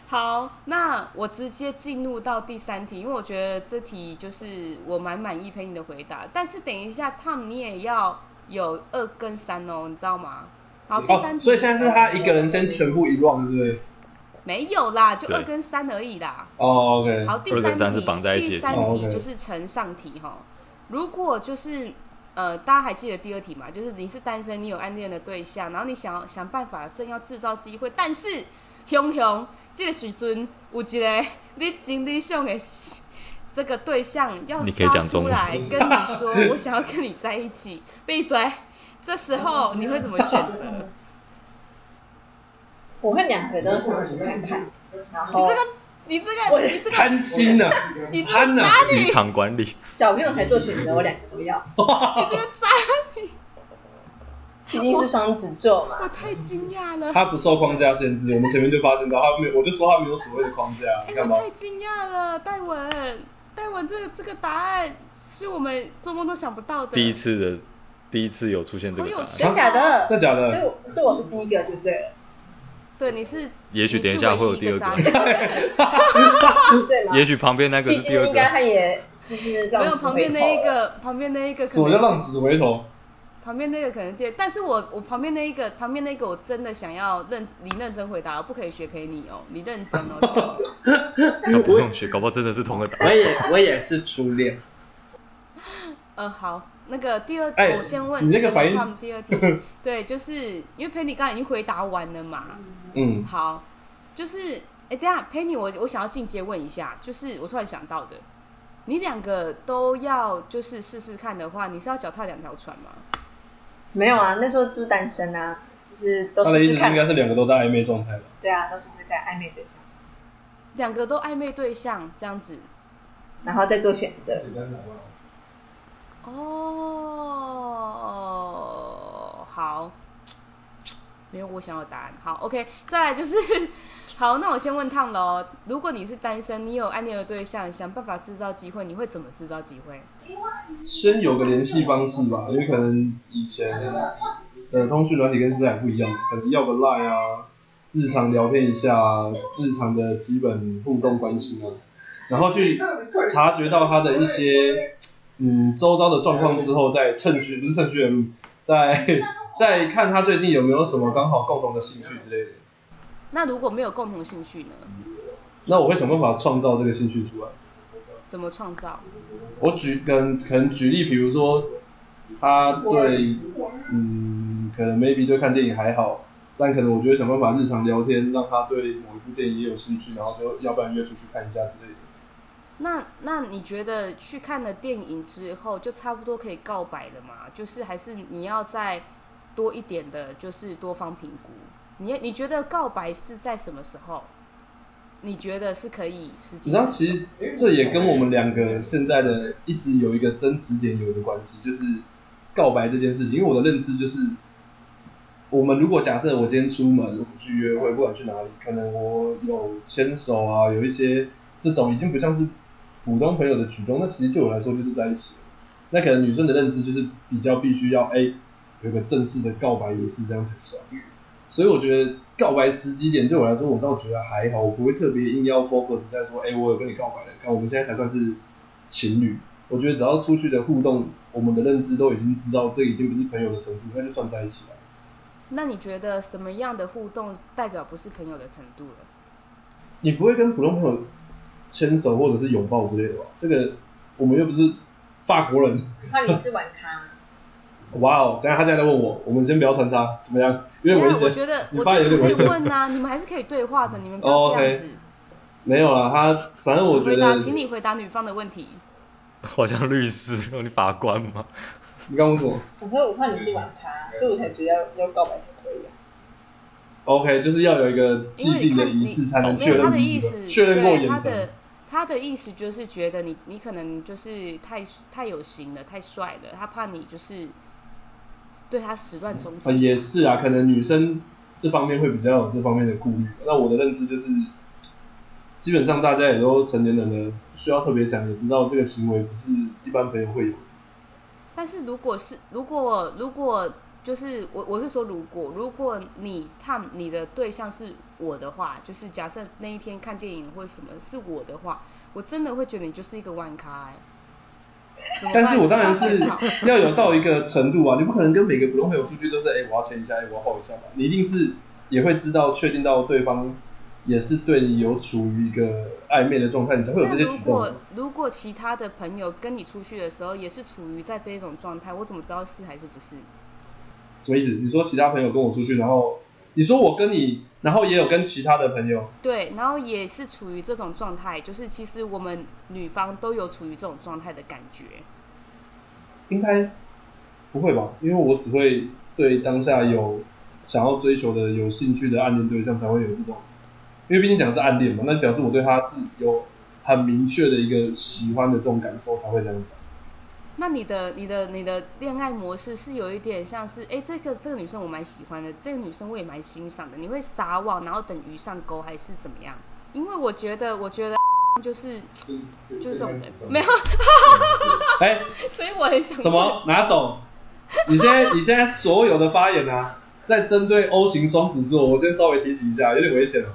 Speaker 2: 好，那我直接进入到第三题，因为我觉得这题就是我蛮满意陪你的回答，但是等一下 Tom 你也要有二跟三哦，你知道吗？好，第三题、
Speaker 3: 哦，所以现在是他一个人先全部一 round 是不是？
Speaker 2: 没有啦，就
Speaker 1: 对
Speaker 2: 二跟三而已啦。
Speaker 3: 哦，OK，
Speaker 2: 好，第
Speaker 1: 二
Speaker 2: 三
Speaker 1: 跟三
Speaker 2: 题，
Speaker 1: 是绑在一起的
Speaker 2: 第三
Speaker 3: 题哦
Speaker 2: 题
Speaker 3: ，OK
Speaker 2: 就是呈上题哈。如果就是呃，大家还记得第二题嘛？就是你是单身，你有暗恋的对象，然后你想要想办法正要制造机会，但是熊熊这个时阵有一个你真理想的是这个对象要
Speaker 1: 你可以
Speaker 2: 杀
Speaker 1: 讲中
Speaker 2: 出
Speaker 1: 文
Speaker 2: 来跟你说，我想要跟你在一起，闭嘴。这时候你会怎么选择？
Speaker 4: 我会两个都想去看看，然
Speaker 2: 你
Speaker 4: 后
Speaker 2: 这个，你这
Speaker 3: 哦
Speaker 2: 个，你这个，
Speaker 3: 贪心呐，
Speaker 2: 你这
Speaker 3: 贪啊
Speaker 2: 个
Speaker 3: 呐
Speaker 2: 渣，女
Speaker 3: [laughs]
Speaker 1: 职，场管理，
Speaker 4: 小朋友才做选择，我两个都要，
Speaker 2: 你这个渣女，
Speaker 4: 毕竟是双子座
Speaker 2: 我
Speaker 4: 嘛。
Speaker 2: 太惊讶了。
Speaker 3: 他不受框架限制，我们前面就发现到他没有，我就说他没有所谓的框架，
Speaker 2: 哎、
Speaker 3: 干嘛
Speaker 2: 我？太惊讶了，戴文，戴文这这个答案是我们做梦都想不到的。
Speaker 1: 第一次的第一次有出现这个答
Speaker 2: 好有
Speaker 1: 案
Speaker 2: 趣，
Speaker 4: 真假的？
Speaker 3: 啊真假的
Speaker 4: 所以我，所以我是第一个就对了，
Speaker 2: 对，你是，
Speaker 1: 也许
Speaker 2: 你是
Speaker 1: 等一下会有
Speaker 2: 唯一个
Speaker 1: 第二
Speaker 2: 渣男
Speaker 3: 啊
Speaker 4: 对吗？
Speaker 1: 也许旁边那个
Speaker 4: 毕
Speaker 1: 是第
Speaker 4: 竟
Speaker 1: 二
Speaker 4: 应该
Speaker 1: 个，
Speaker 4: 他也就是让
Speaker 2: 没
Speaker 3: [laughs]
Speaker 2: 有旁边那一个，旁边那一个可
Speaker 3: 什么叫
Speaker 2: 能
Speaker 3: 浪子回头？
Speaker 2: 旁边那个可能第二，但是我我旁边那一个旁边那个我真的想要认你认真回答，不可以学陪你哦，你认真
Speaker 3: [laughs]
Speaker 2: 哦。小文
Speaker 1: 他不用学，搞不好真的是同个答案。
Speaker 3: 也 [laughs] 我也是初恋，
Speaker 2: 呃，好，那个第二，
Speaker 3: 哎
Speaker 2: 我先问
Speaker 3: 你那个反应
Speaker 2: 他们第二
Speaker 3: [laughs]
Speaker 2: 题，对，就是因为陪你刚才已经回答完了嘛，
Speaker 3: 嗯，
Speaker 2: 好，就是哎，等一下 Penny，我我想要进阶问一下，就是我突然想到的，你两个都要就是试试看的话，你是要脚踏两条船吗？
Speaker 4: 没有啊，那时候就单身啊，就是都
Speaker 3: 他的
Speaker 4: 试
Speaker 3: 啊意思
Speaker 4: 试
Speaker 3: 是应该
Speaker 4: 看。
Speaker 3: 是两个都在暧昧状态吧？
Speaker 4: 对啊，都试试看暧昧对象，
Speaker 2: 两个都暧昧对象这样子。
Speaker 4: 然后再做选择。
Speaker 2: 哦，好，没有我想要的答案。好，OK，再来就是，好，那我先问烫喽。如果你是单身，你有暗恋的对象，想办法制造机会，你会怎么制造机会？
Speaker 3: 先有个联系方式吧，因为可能以前的通讯软体跟现在还不一样，可能要个 Line 啊，日常聊天一下啊，日常的基本互动关心啊，然后去察觉到他的一些嗯周遭的状况之后，再趁虚不是趁虚而入，再再看他最近有没有什么刚好共同的兴趣之类的，
Speaker 2: 那如果没有共同兴趣呢？
Speaker 3: 那我会想办法创造这个兴趣出来。
Speaker 2: 怎么创造？
Speaker 3: 我举跟可能举例，比如说他对嗯，可能 maybe 对看电影还好，但可能我就会想办法日常聊天，让他对某一部电影也有兴趣，然后就要不然约出去看一下之类的。
Speaker 2: 那那你觉得去看了电影之后，就差不多可以告白了吗？就是还是你要再多一点的，就是多方评估。你你觉得告白是在什么时候？你觉得是可以实际
Speaker 3: 你知道，
Speaker 2: 上？
Speaker 3: 其实这也跟我们两个现在的一直有一个争执点有一个关系，就是告白这件事情。因为我的认知就是，我们如果假设我今天出门我去约会，不管去哪里，可能我有牵手啊，有一些这种已经不像是普通朋友的举动，那其实对我来说就是在一起了。那可能女生的认知就是比较必须要哎、有个正式的告白仪式这样才算。所以我觉得告白时机点对我来说，我倒觉得还好，我不会特别硬要 focus 在说，哎、我有跟你告白了，看我们现在才算是情侣。我觉得只要出去的互动，我们的认知都已经知道这已经不是朋友的程度，那就算在一起了。
Speaker 2: 那你觉得什么样的互动代表不是朋友的程度了？
Speaker 3: 你不会跟普通朋友牵手或者是拥抱之类的吧？这个我们又不是法国人。
Speaker 4: 那你是玩咖？
Speaker 3: 哇哦，等一下他现在在问我，我们先不要穿插，怎么样？
Speaker 2: 没
Speaker 3: 有点
Speaker 2: 有
Speaker 3: 危险。
Speaker 2: 我觉得
Speaker 3: 你
Speaker 2: 我
Speaker 3: 发
Speaker 2: 觉
Speaker 3: 言
Speaker 2: 得
Speaker 3: 有点
Speaker 2: 可
Speaker 3: 危
Speaker 2: 以
Speaker 3: 险。
Speaker 2: 问啊，你们还是可以对话的，你们不
Speaker 3: 哦
Speaker 2: 要这样
Speaker 3: ，OK
Speaker 2: 子。
Speaker 3: 没有啦，他反正我觉
Speaker 2: 回
Speaker 3: 得
Speaker 2: 答，请你回答女方的问题。
Speaker 1: 好像律师，你法官吗？
Speaker 3: 你刚问什么？
Speaker 4: 我说我怕你是玩咖，
Speaker 3: 嗯
Speaker 4: 所以我才觉得要要告白才可以啊。
Speaker 3: OK，就是要有一个既
Speaker 2: 因为
Speaker 3: 定
Speaker 2: 你
Speaker 3: 的
Speaker 2: 看你哦
Speaker 3: 仪式才能
Speaker 2: 没
Speaker 3: 确
Speaker 2: 有
Speaker 3: 认
Speaker 2: 他的
Speaker 3: 彼
Speaker 2: 意
Speaker 3: 此
Speaker 2: 思，
Speaker 3: 确认过
Speaker 2: 对
Speaker 3: 眼
Speaker 2: 他的
Speaker 3: 神。
Speaker 2: 他的意思就是觉得你你可能就是太太有型了，太帅了，他怕你就是对他始乱终
Speaker 3: 啊，
Speaker 2: 弃。
Speaker 3: 也是啊，可能女生这方面会比较有这方面的顾虑。那我的认知就是，基本上大家也都成年人了，不需要特别讲，也知道这个行为不是一般朋友会有的。
Speaker 2: 但是如果是如果如果就是我我是说如果如果你看你的对象是我的话，就是假设那一天看电影或者什么是我的话，我真的会觉得你就是一个万咖、欸。怎么
Speaker 3: 但是
Speaker 2: 办
Speaker 3: 我当然
Speaker 2: 这样
Speaker 3: 是
Speaker 2: 很
Speaker 3: [laughs]
Speaker 2: 好
Speaker 3: 要有到一个程度啊，你不可能跟每个普通朋友出去都是，哎、我要牵一下，哎、我要抱一下吧。你一定是也会知道，确定到对方也是对你有处于一个暧昧的状态，你才会有
Speaker 2: 那
Speaker 3: 这些
Speaker 2: 如
Speaker 3: 举动
Speaker 2: 果
Speaker 3: 啊。
Speaker 2: 如果其他的朋友跟你出去的时候也是处于在这一种状态，我怎么知道是还是不是？
Speaker 3: 什么意思？你说其他朋友跟我出去，然后你说我跟你，然后也有跟其他的朋友，
Speaker 2: 对，然后也是处于这种状态，就是其实我们女方都有处于这种状态的感觉。
Speaker 3: 应该不会吧？因为我只会对当下有想要追求的、有兴趣的暗恋对象才会有这种，因为毕竟讲是暗恋嘛，那表示我对他是有很明确的一个喜欢的这种感受才会这样
Speaker 2: [laughs]
Speaker 3: 子。
Speaker 2: 那你的你的你的恋爱模式是有一点像是，哎，这个这个女生我蛮喜欢的，这个女生我也蛮欣赏的，你会撒网然后等鱼上钩还是怎么样？因为我觉得我觉得就是就是这种人，没有， [laughs]
Speaker 3: 哎，
Speaker 2: 所以我很想
Speaker 3: 什么哪种？你现在你现在所有的发言啊，在针对 O 型双子座，我先稍微提醒一下，有点危险了。哦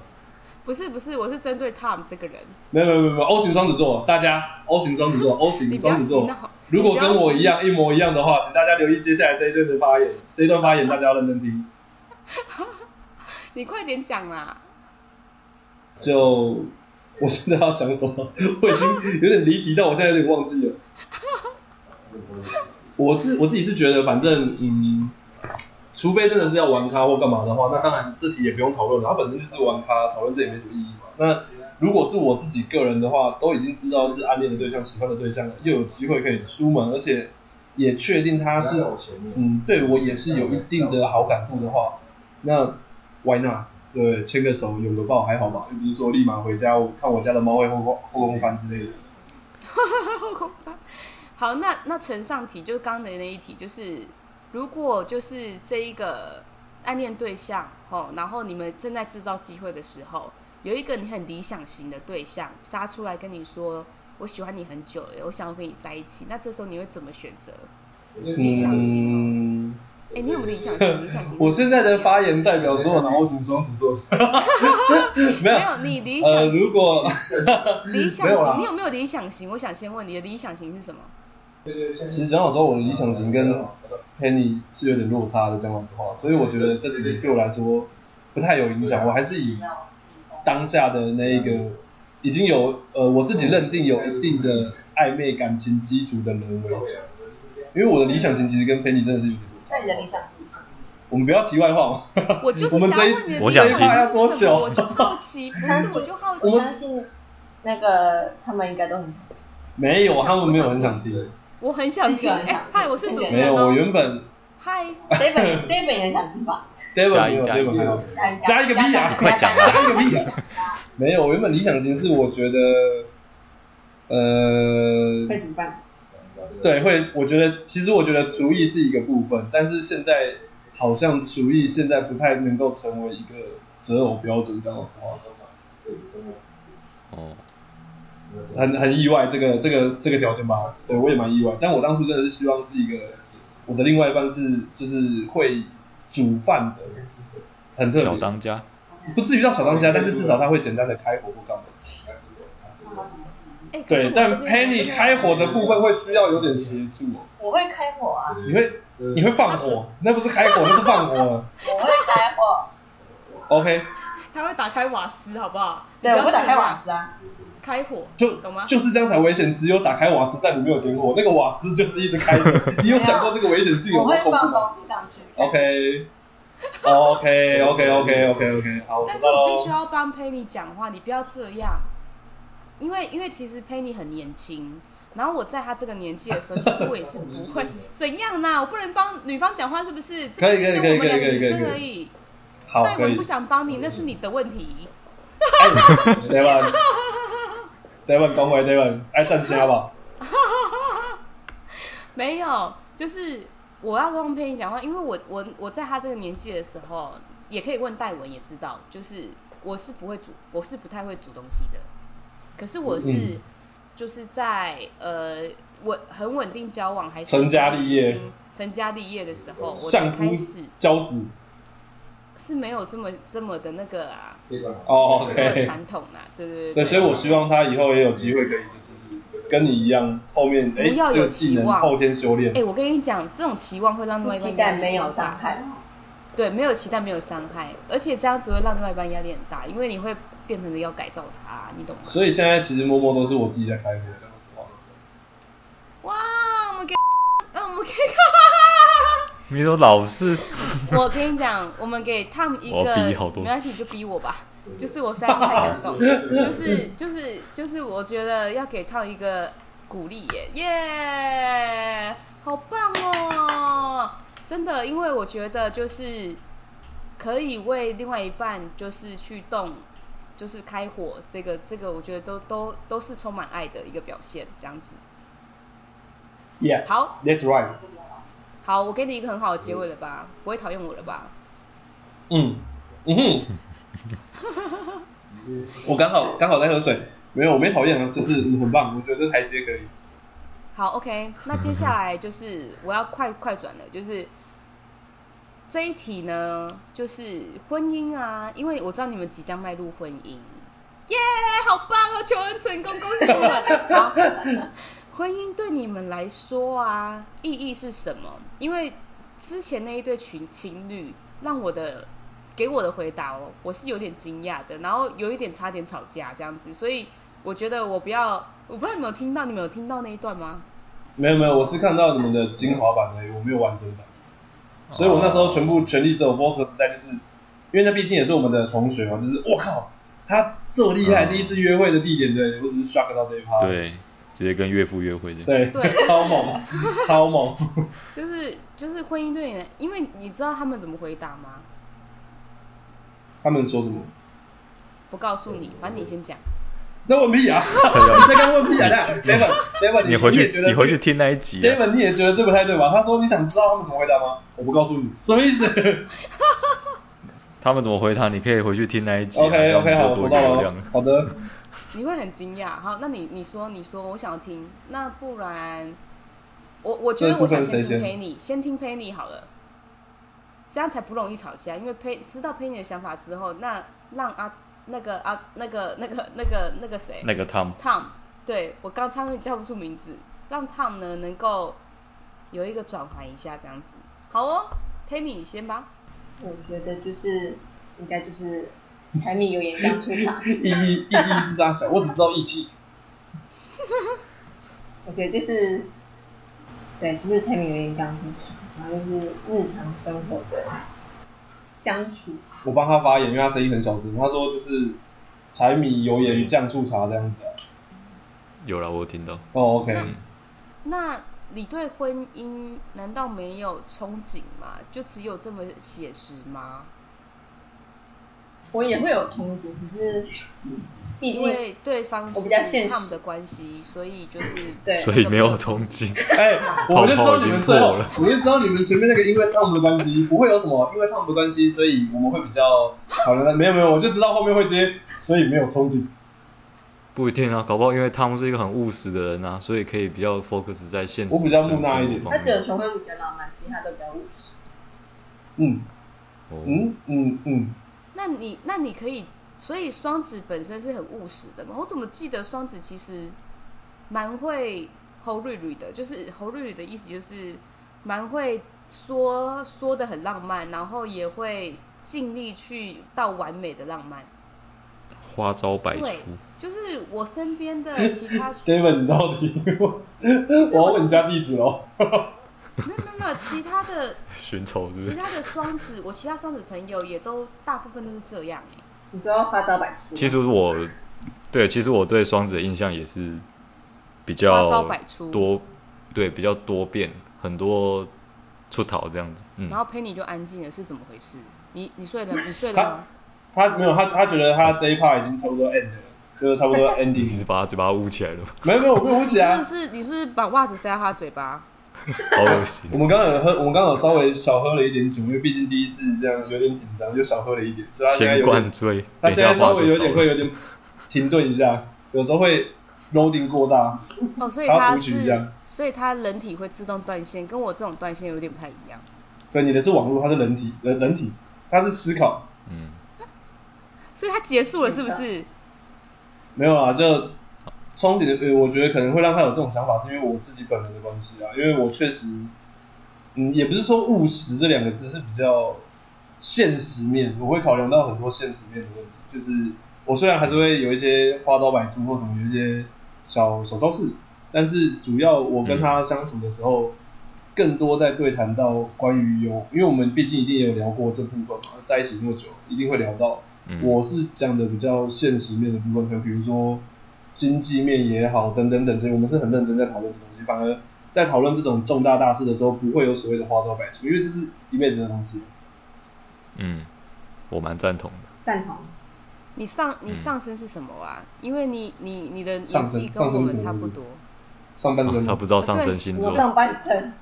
Speaker 2: 不是不是，我是针对 Tom 这个人。 [laughs]
Speaker 3: 没有没有没有没有，O 型双子座，大家 O 型双子座，O 型双子
Speaker 2: 你
Speaker 3: 座
Speaker 2: 不要洗脑，
Speaker 3: 如果跟我
Speaker 2: 你不要洗脑
Speaker 3: 一样一模一样的话，请大家留意接下来这一段的发言，这一段发言大家要认真听。
Speaker 2: 你快点讲啦！ [laughs]
Speaker 3: 就我现在要讲什么，我已经 [laughs] 有点离题，但我现在有点忘记了。我自我自己是觉得，反正嗯，除非真的是要玩咖或干嘛的话，那当然这题也不用讨论了，它本身就是玩咖，讨论这也没什么意义嘛。那如果是我自己个人的话，都已经知道是暗恋的对象、喜欢的对象了，又有机会可以出门，而且也确定他是嗯对我也是有一定的好感度的话，那 why not？对，牵个手、拥个抱还好吧，又不是说立马回家，我看我家的猫会后空后空翻之类的。
Speaker 2: 好，那那呈上题就是刚刚的那一题，就是如果就是这一个暗恋对象哦，然后你们正在制造机会的时候，有一个你很理想型的对象杀出来跟你说，我喜欢你很久了，我想要跟你在一起，那这时候你会怎么选择？理想型哦，
Speaker 3: 嗯，
Speaker 2: 哎、你有没有理想
Speaker 3: [laughs]
Speaker 2: 型？理想型是什么？
Speaker 3: 我现在的发言代表所有脑型双子
Speaker 2: [laughs]
Speaker 3: 座，
Speaker 2: 没
Speaker 3: 没有
Speaker 2: 有你理
Speaker 3: 呃，
Speaker 2: 想型，
Speaker 3: 如果
Speaker 2: [laughs] 理想
Speaker 3: 没有啦啊
Speaker 2: 型，你有没有理想型？我想先问你的理想型是什么？
Speaker 3: 其实讲老实话，我的理想型跟 Penny 是有点落差的，讲老实话，所以我觉得这几个对我来说不太有影响，我还是以当下的那一
Speaker 2: 嗯
Speaker 3: 个已经有呃我自己认定有一定的暧昧感情基础的人为主，
Speaker 2: 啊
Speaker 3: 因为我的理想型其实跟 Penny 真的是有点落差
Speaker 4: 那。你的理想型是什么？
Speaker 3: 我们不要题外
Speaker 2: [laughs]
Speaker 3: 话嘛，
Speaker 2: 我就是
Speaker 3: 我们
Speaker 2: 想
Speaker 3: 这一
Speaker 2: 要问你的
Speaker 1: 我
Speaker 2: 理
Speaker 1: 想听
Speaker 2: 想型是
Speaker 3: 要
Speaker 2: 什么？
Speaker 3: 多久
Speaker 2: 我就好
Speaker 4: [laughs]
Speaker 2: 奇，不
Speaker 4: 相
Speaker 2: 是我
Speaker 4: 信
Speaker 2: 就好
Speaker 4: 我
Speaker 2: 奇。
Speaker 4: 相信那个他们应该都很好。
Speaker 3: [laughs] [laughs] 没有，他们没有很想听，
Speaker 2: 我很想听，
Speaker 4: 很喜欢
Speaker 2: 哎、
Speaker 4: 他
Speaker 2: 嗨，我是主持
Speaker 3: 没有，
Speaker 2: 人
Speaker 3: 我
Speaker 2: 哦。
Speaker 3: 原本
Speaker 2: 嗨，
Speaker 4: David 也 David 也很想听吧？
Speaker 3: David
Speaker 1: 加一加
Speaker 3: 没有
Speaker 1: 一
Speaker 3: ，David 还有。[laughs]
Speaker 4: 加
Speaker 2: 哎
Speaker 3: 加一个屁啊
Speaker 1: 快讲啊
Speaker 4: 加
Speaker 3: 加一个屁啊 [laughs] 没有，我原本理想型是我觉得，呃，
Speaker 4: 会煮饭，
Speaker 3: 对，会，我觉得其实我觉得厨艺是一个部分，但是现在好像厨艺现在不太能够成为一个择偶标准，这样说，
Speaker 1: 哦，
Speaker 3: 很很意外这个这个这个条件吧，对我也蛮意外，但我当初真的是希望是一个我的另外一半是就是会煮饭的，很特
Speaker 1: 小
Speaker 3: 别，
Speaker 1: 当家，
Speaker 3: 不至于到小当家，但是至少他会简单的开火或干嘛。
Speaker 2: 哎、可是
Speaker 3: 对
Speaker 2: 我，这
Speaker 3: 但
Speaker 2: 边有一
Speaker 3: Penny
Speaker 2: 个
Speaker 3: 开火的部分会需要有点协助哦。
Speaker 4: 我会开火啊，
Speaker 3: 你会你会放火，那不是开火，那是放火了。
Speaker 4: [laughs] 我会开火。
Speaker 3: OK，
Speaker 2: 他会打开瓦斯，好不好？
Speaker 4: 对，
Speaker 2: 你
Speaker 4: 我
Speaker 2: 不要
Speaker 4: 会打开
Speaker 2: 这
Speaker 4: 瓦
Speaker 2: 样
Speaker 4: 斯，啊，
Speaker 2: 开火，
Speaker 3: 就
Speaker 2: 懂吗？
Speaker 3: 就是这样才危险，只有打开瓦斯，但你没有点火，那个瓦斯就是一
Speaker 2: [laughs]
Speaker 3: 直开着。你有想过这个危险性有
Speaker 4: 我
Speaker 3: 多
Speaker 4: 会
Speaker 3: 恐怖
Speaker 4: 放
Speaker 3: 吗
Speaker 4: 东西上去。
Speaker 2: 哦
Speaker 3: ？OK。OK OK OK OK OK，好，我
Speaker 2: 但
Speaker 3: 知
Speaker 2: 是
Speaker 3: 道
Speaker 2: 你必须
Speaker 3: 喽。
Speaker 2: 要帮 Penny 讲话，你不要这样，因为因为其实 Penny 很年轻，然后我在她这个年纪的时候，其实我也是不会
Speaker 1: [laughs]
Speaker 2: 怎样啦，我不能帮女方讲话是不是？
Speaker 3: 可以可以可
Speaker 2: 这个只是我
Speaker 3: 以
Speaker 2: 们两个
Speaker 3: 可以可
Speaker 2: 女
Speaker 3: 以
Speaker 2: 生
Speaker 3: 可以
Speaker 2: 而已。
Speaker 3: 好，
Speaker 2: 戴
Speaker 3: 可
Speaker 2: 文
Speaker 3: 以
Speaker 2: 不。想帮你，那是你的问题。
Speaker 3: 对吧？
Speaker 2: [laughs]
Speaker 3: 对吧？等会，对吧？爱哎站虾吧。
Speaker 2: [laughs] 没有，就是我要跟佩妮讲话，因为我我我在他这个年纪的时候，也可以问戴文也知道，就是我是不会煮，我是不太会煮东西的。可是我是、
Speaker 3: 嗯
Speaker 2: 就是在呃稳很稳定交往，还是
Speaker 3: 成家立业
Speaker 2: 已经成家立业的时哦候，我才
Speaker 3: 相夫
Speaker 2: 开始
Speaker 3: 教子。
Speaker 2: 是没有这么这么的那个啊，
Speaker 3: 哦
Speaker 2: 这么
Speaker 3: ，OK。
Speaker 2: 传统啊，对对对
Speaker 3: 对，所以我希望他以后也有机会可以，就是跟你一样，后面哎
Speaker 2: 不要有
Speaker 3: 这个技能
Speaker 2: 期望
Speaker 3: 后天修炼
Speaker 2: 哎、。我跟你讲，这种期望会让另
Speaker 4: 不
Speaker 2: 外一
Speaker 4: 期
Speaker 2: 半
Speaker 4: 待
Speaker 2: 压力
Speaker 4: 没有
Speaker 2: 超大
Speaker 4: 伤害。
Speaker 2: 对，没有期待，没有伤害，而且这样只会让另外一半压力很大，因为你会变成要改造他，你懂吗？
Speaker 3: 所以现在其实摸摸都是我自己在开火，讲实话。
Speaker 2: 哇，我们给，呃我们给，哈
Speaker 1: 你都老是， [laughs]
Speaker 2: 哈哈哈我跟你讲，我们给 Tom 一
Speaker 1: 我
Speaker 2: 个，
Speaker 1: 要逼好多
Speaker 2: 没关系，你就逼我吧，就是我实在是太感动了，就是就是就是我觉得要给 Tom 一个鼓励耶，耶、好棒哦，真的，因为我觉得就是可以为另外一半就是去动，就是开火，这个这个我觉得都都都是充满爱的一个表现，这样子。
Speaker 3: Yeah。
Speaker 2: 好
Speaker 3: ，That's right。
Speaker 2: 好，我给你一个很好的结尾了吧？不会讨厌我了吧？
Speaker 3: 嗯，嗯哼。我刚好刚好在喝水，没有，我没讨厌啊，就是嗯很棒，我觉得这台阶可以。
Speaker 2: 好，OK，那接下来就是我要快快转了，就是这一题呢，就是婚姻啊，因为我知道你们即将迈入婚姻，耶、好棒哦，求婚成功，恭喜你们！好，婚姻对你们来说啊，意义是什么？因为之前那一对情情侣让我的给我的回答哦，我是有点惊讶的，然后有一点差点吵架这样子，所以我觉得我不要，我不知道你们有听到，你们有听到那一段吗？
Speaker 3: 没有没有，我是看到你们的精华版而已，我没有完整版。所以我那时候全部全力只有 focus 在就是，因为那毕竟也是我们的同学嘛，就是我靠，他这么厉害，
Speaker 1: 嗯
Speaker 3: 第一次约会的地点对，我只是 shock 到这一趴，
Speaker 1: 对，直接跟岳父约会的。
Speaker 3: 对
Speaker 2: 对就是
Speaker 3: [laughs] 超猛，超猛，
Speaker 2: 就是就是婚姻对你的，因为你知道他们怎么回答吗？
Speaker 3: 他们说什么？
Speaker 2: 不告诉
Speaker 3: 嗯
Speaker 2: 你，反正你先讲。
Speaker 3: 那问屁啊！
Speaker 1: 对
Speaker 3: 你在跟问屁啊？那 David David，
Speaker 1: 你回
Speaker 3: 你也
Speaker 1: 去
Speaker 3: 觉得
Speaker 1: 你回去听那一集啊、
Speaker 3: David 你也觉得这不太对吧？他说你想知道他们怎么回答吗？我不告诉你，什么
Speaker 1: [laughs]
Speaker 3: 意思？
Speaker 1: 他们怎么回答，你可以回去听那一集啊、
Speaker 3: OK
Speaker 1: 让你
Speaker 3: OK，好，
Speaker 1: 多多一
Speaker 3: 我收
Speaker 1: 个
Speaker 3: 到
Speaker 1: 流
Speaker 3: 了
Speaker 1: 量。。
Speaker 3: 好的，
Speaker 2: 你会很惊讶。好，那你你说你说，我想听。那不然，我我觉
Speaker 3: 这
Speaker 2: 得
Speaker 3: 部
Speaker 2: 我想
Speaker 3: 分谁
Speaker 2: 听
Speaker 3: 先
Speaker 2: Penny，先听 Penny 好了，这样才不容易吵架。因为 Pen 知道 Penny 的想法之后，那让啊那个啊那个那个那个那个谁
Speaker 1: 那个 Tom，
Speaker 2: Tom，对我刚差点叫不出名字，让 Tom 呢能够有一个转换一下这样子。好哦，Penny 你先吧。
Speaker 4: 我觉得就是应该就是柴米油盐酱醋
Speaker 3: [laughs]
Speaker 4: 茶，
Speaker 3: 意义意义是啥小？我只知道义气。
Speaker 4: 我觉得就是对，就是柴米油盐酱醋茶，然后就是日常生活的相处，
Speaker 3: 我帮他发言，因为他声音很小声。他说就是柴米油盐酱醋茶这样子啊。
Speaker 1: 有了，我有听到。
Speaker 3: 哦，OK，
Speaker 1: 嗯
Speaker 2: 那你对婚姻难道没有憧憬吗？就只有这么写实吗？
Speaker 4: 我也会有憧憬，可是毕
Speaker 2: 因
Speaker 4: 竟
Speaker 2: 为对方
Speaker 4: 我比较
Speaker 2: 是
Speaker 4: 现实
Speaker 2: 他们的关系，所以就是
Speaker 4: 对
Speaker 1: 所以没有憧
Speaker 3: [laughs]
Speaker 1: 憬。
Speaker 3: 哎、我就知道你们最后
Speaker 1: 泡泡已经破了，
Speaker 3: 我就知道你们前面那个因为他们的关系不会有什么，因为他们的关系，所以我们会比较好的。没有没有，我就知道后面会接，所以没有憧憬。
Speaker 1: 不一定啊，搞不好因为汤姆是一个很务实的人啊，所以可以比较 focus 在现实。
Speaker 3: 我比较木讷一点
Speaker 1: 生活
Speaker 4: 他
Speaker 1: 方
Speaker 4: 只有
Speaker 1: 面。
Speaker 4: 求婚比较浪漫，其他都比较务实。
Speaker 3: 嗯
Speaker 1: 哦
Speaker 3: 嗯嗯嗯，
Speaker 2: 那你那你可以，所以双子本身是很务实的嘛？我怎么记得双子其实蛮会吼瑞瑞的，就是吼瑞瑞的意思就是蛮会说说的很浪漫，然后也会尽力去到完美的浪漫。
Speaker 1: 花招百出。
Speaker 2: 对，就是我身边的其他
Speaker 3: ，David，你到底我要问你家地址哦。
Speaker 2: [laughs]
Speaker 3: [laughs]
Speaker 2: 没有没有没有其
Speaker 1: [laughs]
Speaker 2: 他的
Speaker 1: 寻仇是不是
Speaker 2: 其他的双子，我其他双子朋友也都大部分都是这样哎、
Speaker 4: 你知道花招百出吗，
Speaker 1: 其实我对，其实我对双子的印象也是比
Speaker 2: 花招
Speaker 1: 较
Speaker 2: 百出
Speaker 1: 多，对，比较多变，很多出逃这样子。嗯，
Speaker 2: 然后 Penny 就安静了，是怎么回事？你你睡了你睡了
Speaker 3: 他
Speaker 2: 吗？
Speaker 3: 他没有他他觉得他这一 part 已经差不多 end 了，就是差不多 ending
Speaker 1: 你是
Speaker 3: 了。
Speaker 1: 把他嘴巴捂起来了吗，
Speaker 3: 没有没有，我没有不起
Speaker 2: 真
Speaker 3: 啊
Speaker 2: 的。是你是不是把袜子塞到他嘴巴？
Speaker 1: 好恶心
Speaker 3: 我。们刚刚有喝，我们刚刚有稍微小喝了一点酒，因为毕竟第一次这样有点紧张，就小喝了一点，所以他现在
Speaker 1: 先
Speaker 3: 有
Speaker 1: 灌
Speaker 3: 点，
Speaker 1: 醉，
Speaker 3: 他
Speaker 1: 等一
Speaker 3: 现
Speaker 1: 下
Speaker 3: 在稍
Speaker 1: 话
Speaker 3: 微
Speaker 1: 就
Speaker 3: 有
Speaker 1: 少
Speaker 3: 点
Speaker 1: 了
Speaker 3: 会有点停顿一下，有时候会 loading 过大。
Speaker 2: 哦，所以
Speaker 3: 他要
Speaker 2: 他
Speaker 3: 读取一下
Speaker 2: 是，所以他人体会自动断线，跟我这种断线有点不太一样。
Speaker 3: 对，你的是网络，他是人体，人人体，他是思考。
Speaker 1: 嗯，
Speaker 2: 所以他结束了是不是？
Speaker 3: 没有啊，就憧憬的，呃我觉得可能会让他有这种想法，是因为我自己本人的关系啊，因为我确实，嗯，也不是说务实这两个字是比较现实面，我会考量到很多现实面的问题，就是我虽然还是会有一些花招百出或什么，有一些小小招式，但是主要我跟他相处的时候。更多在对谈到关于有，因为我们毕竟一定也有聊过这部分嘛，在一起那么久，一定会聊到。
Speaker 1: 嗯
Speaker 3: 我是讲的比较现实面的部分，可能比如说经济面也好，等等等这些，我们是很认真在讨论这东西。反而在讨论这种重大大事的时候，不会有所谓的花招百出，因为这是一辈子的东西。
Speaker 1: 嗯，我蛮赞同的。
Speaker 4: 赞同。
Speaker 2: 你上你
Speaker 1: 嗯
Speaker 2: 上身是什么啊？因为你你你的年
Speaker 3: 上身
Speaker 2: 纪跟我
Speaker 3: 上身是
Speaker 2: 们
Speaker 3: 什么
Speaker 2: 差不
Speaker 3: 意思
Speaker 2: 多。
Speaker 3: 上半身，
Speaker 1: 他不知道上
Speaker 2: 啊对
Speaker 1: 升星
Speaker 4: 我
Speaker 1: 座，
Speaker 4: 上半身，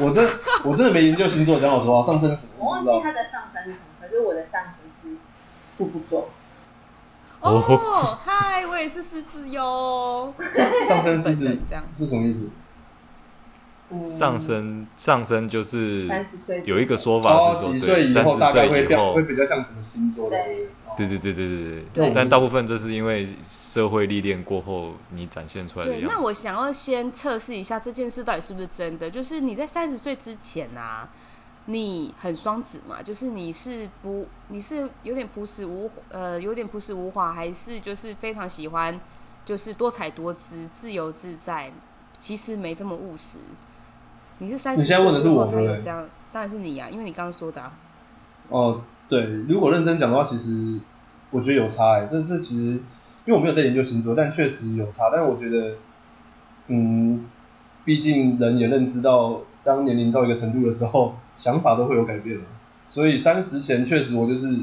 Speaker 3: 我真我真的没研究星座，讲老实话，上身是什么
Speaker 4: 我
Speaker 3: 我不知
Speaker 4: 忘记
Speaker 3: 道。
Speaker 4: 他的上身是什么，可是我的上身是狮子座。
Speaker 2: 哦，嗨，我也是狮子哟。
Speaker 3: 上身狮
Speaker 2: 本
Speaker 3: 子
Speaker 2: 人这样
Speaker 3: 是什么意思？
Speaker 4: 嗯
Speaker 1: 上升上升就是
Speaker 4: 30岁
Speaker 1: 有一个说法
Speaker 3: 哦，
Speaker 1: 是
Speaker 3: 几
Speaker 1: 说，对，
Speaker 3: 岁以
Speaker 1: 三
Speaker 3: 后大
Speaker 1: 十
Speaker 3: 概
Speaker 1: 岁
Speaker 3: 会
Speaker 1: 以
Speaker 3: 变
Speaker 1: 后
Speaker 3: 会，比较像什么星座的？
Speaker 4: 对
Speaker 1: 对对对对对
Speaker 4: 对
Speaker 1: 但大部分这是因为社会历练过后你展现出来的
Speaker 2: 对，
Speaker 1: 样子。
Speaker 2: 那我想要先测试一下这件事到底是不是真的，就是你在三十岁之前啊，你很双子嘛，就是你是不你是有点朴实无呃有点朴实无华，还是就是非常喜欢就是多彩多姿、自由自在，其实没这么务实。你是三
Speaker 3: 你
Speaker 2: 十
Speaker 3: 现在问的是我
Speaker 2: 才
Speaker 3: 对
Speaker 2: 有
Speaker 3: 不对
Speaker 2: 这样，当然是你呀、因为你刚刚说的、啊。
Speaker 3: 哦，对，如果认真讲的话，其实我觉得有差哎、这这其实因为我没有在研究星座，但确实有差。但是我觉得，嗯，毕竟人也认知到，当年龄到一个程度的时候，想法都会有改变的。所以三十前确实我就是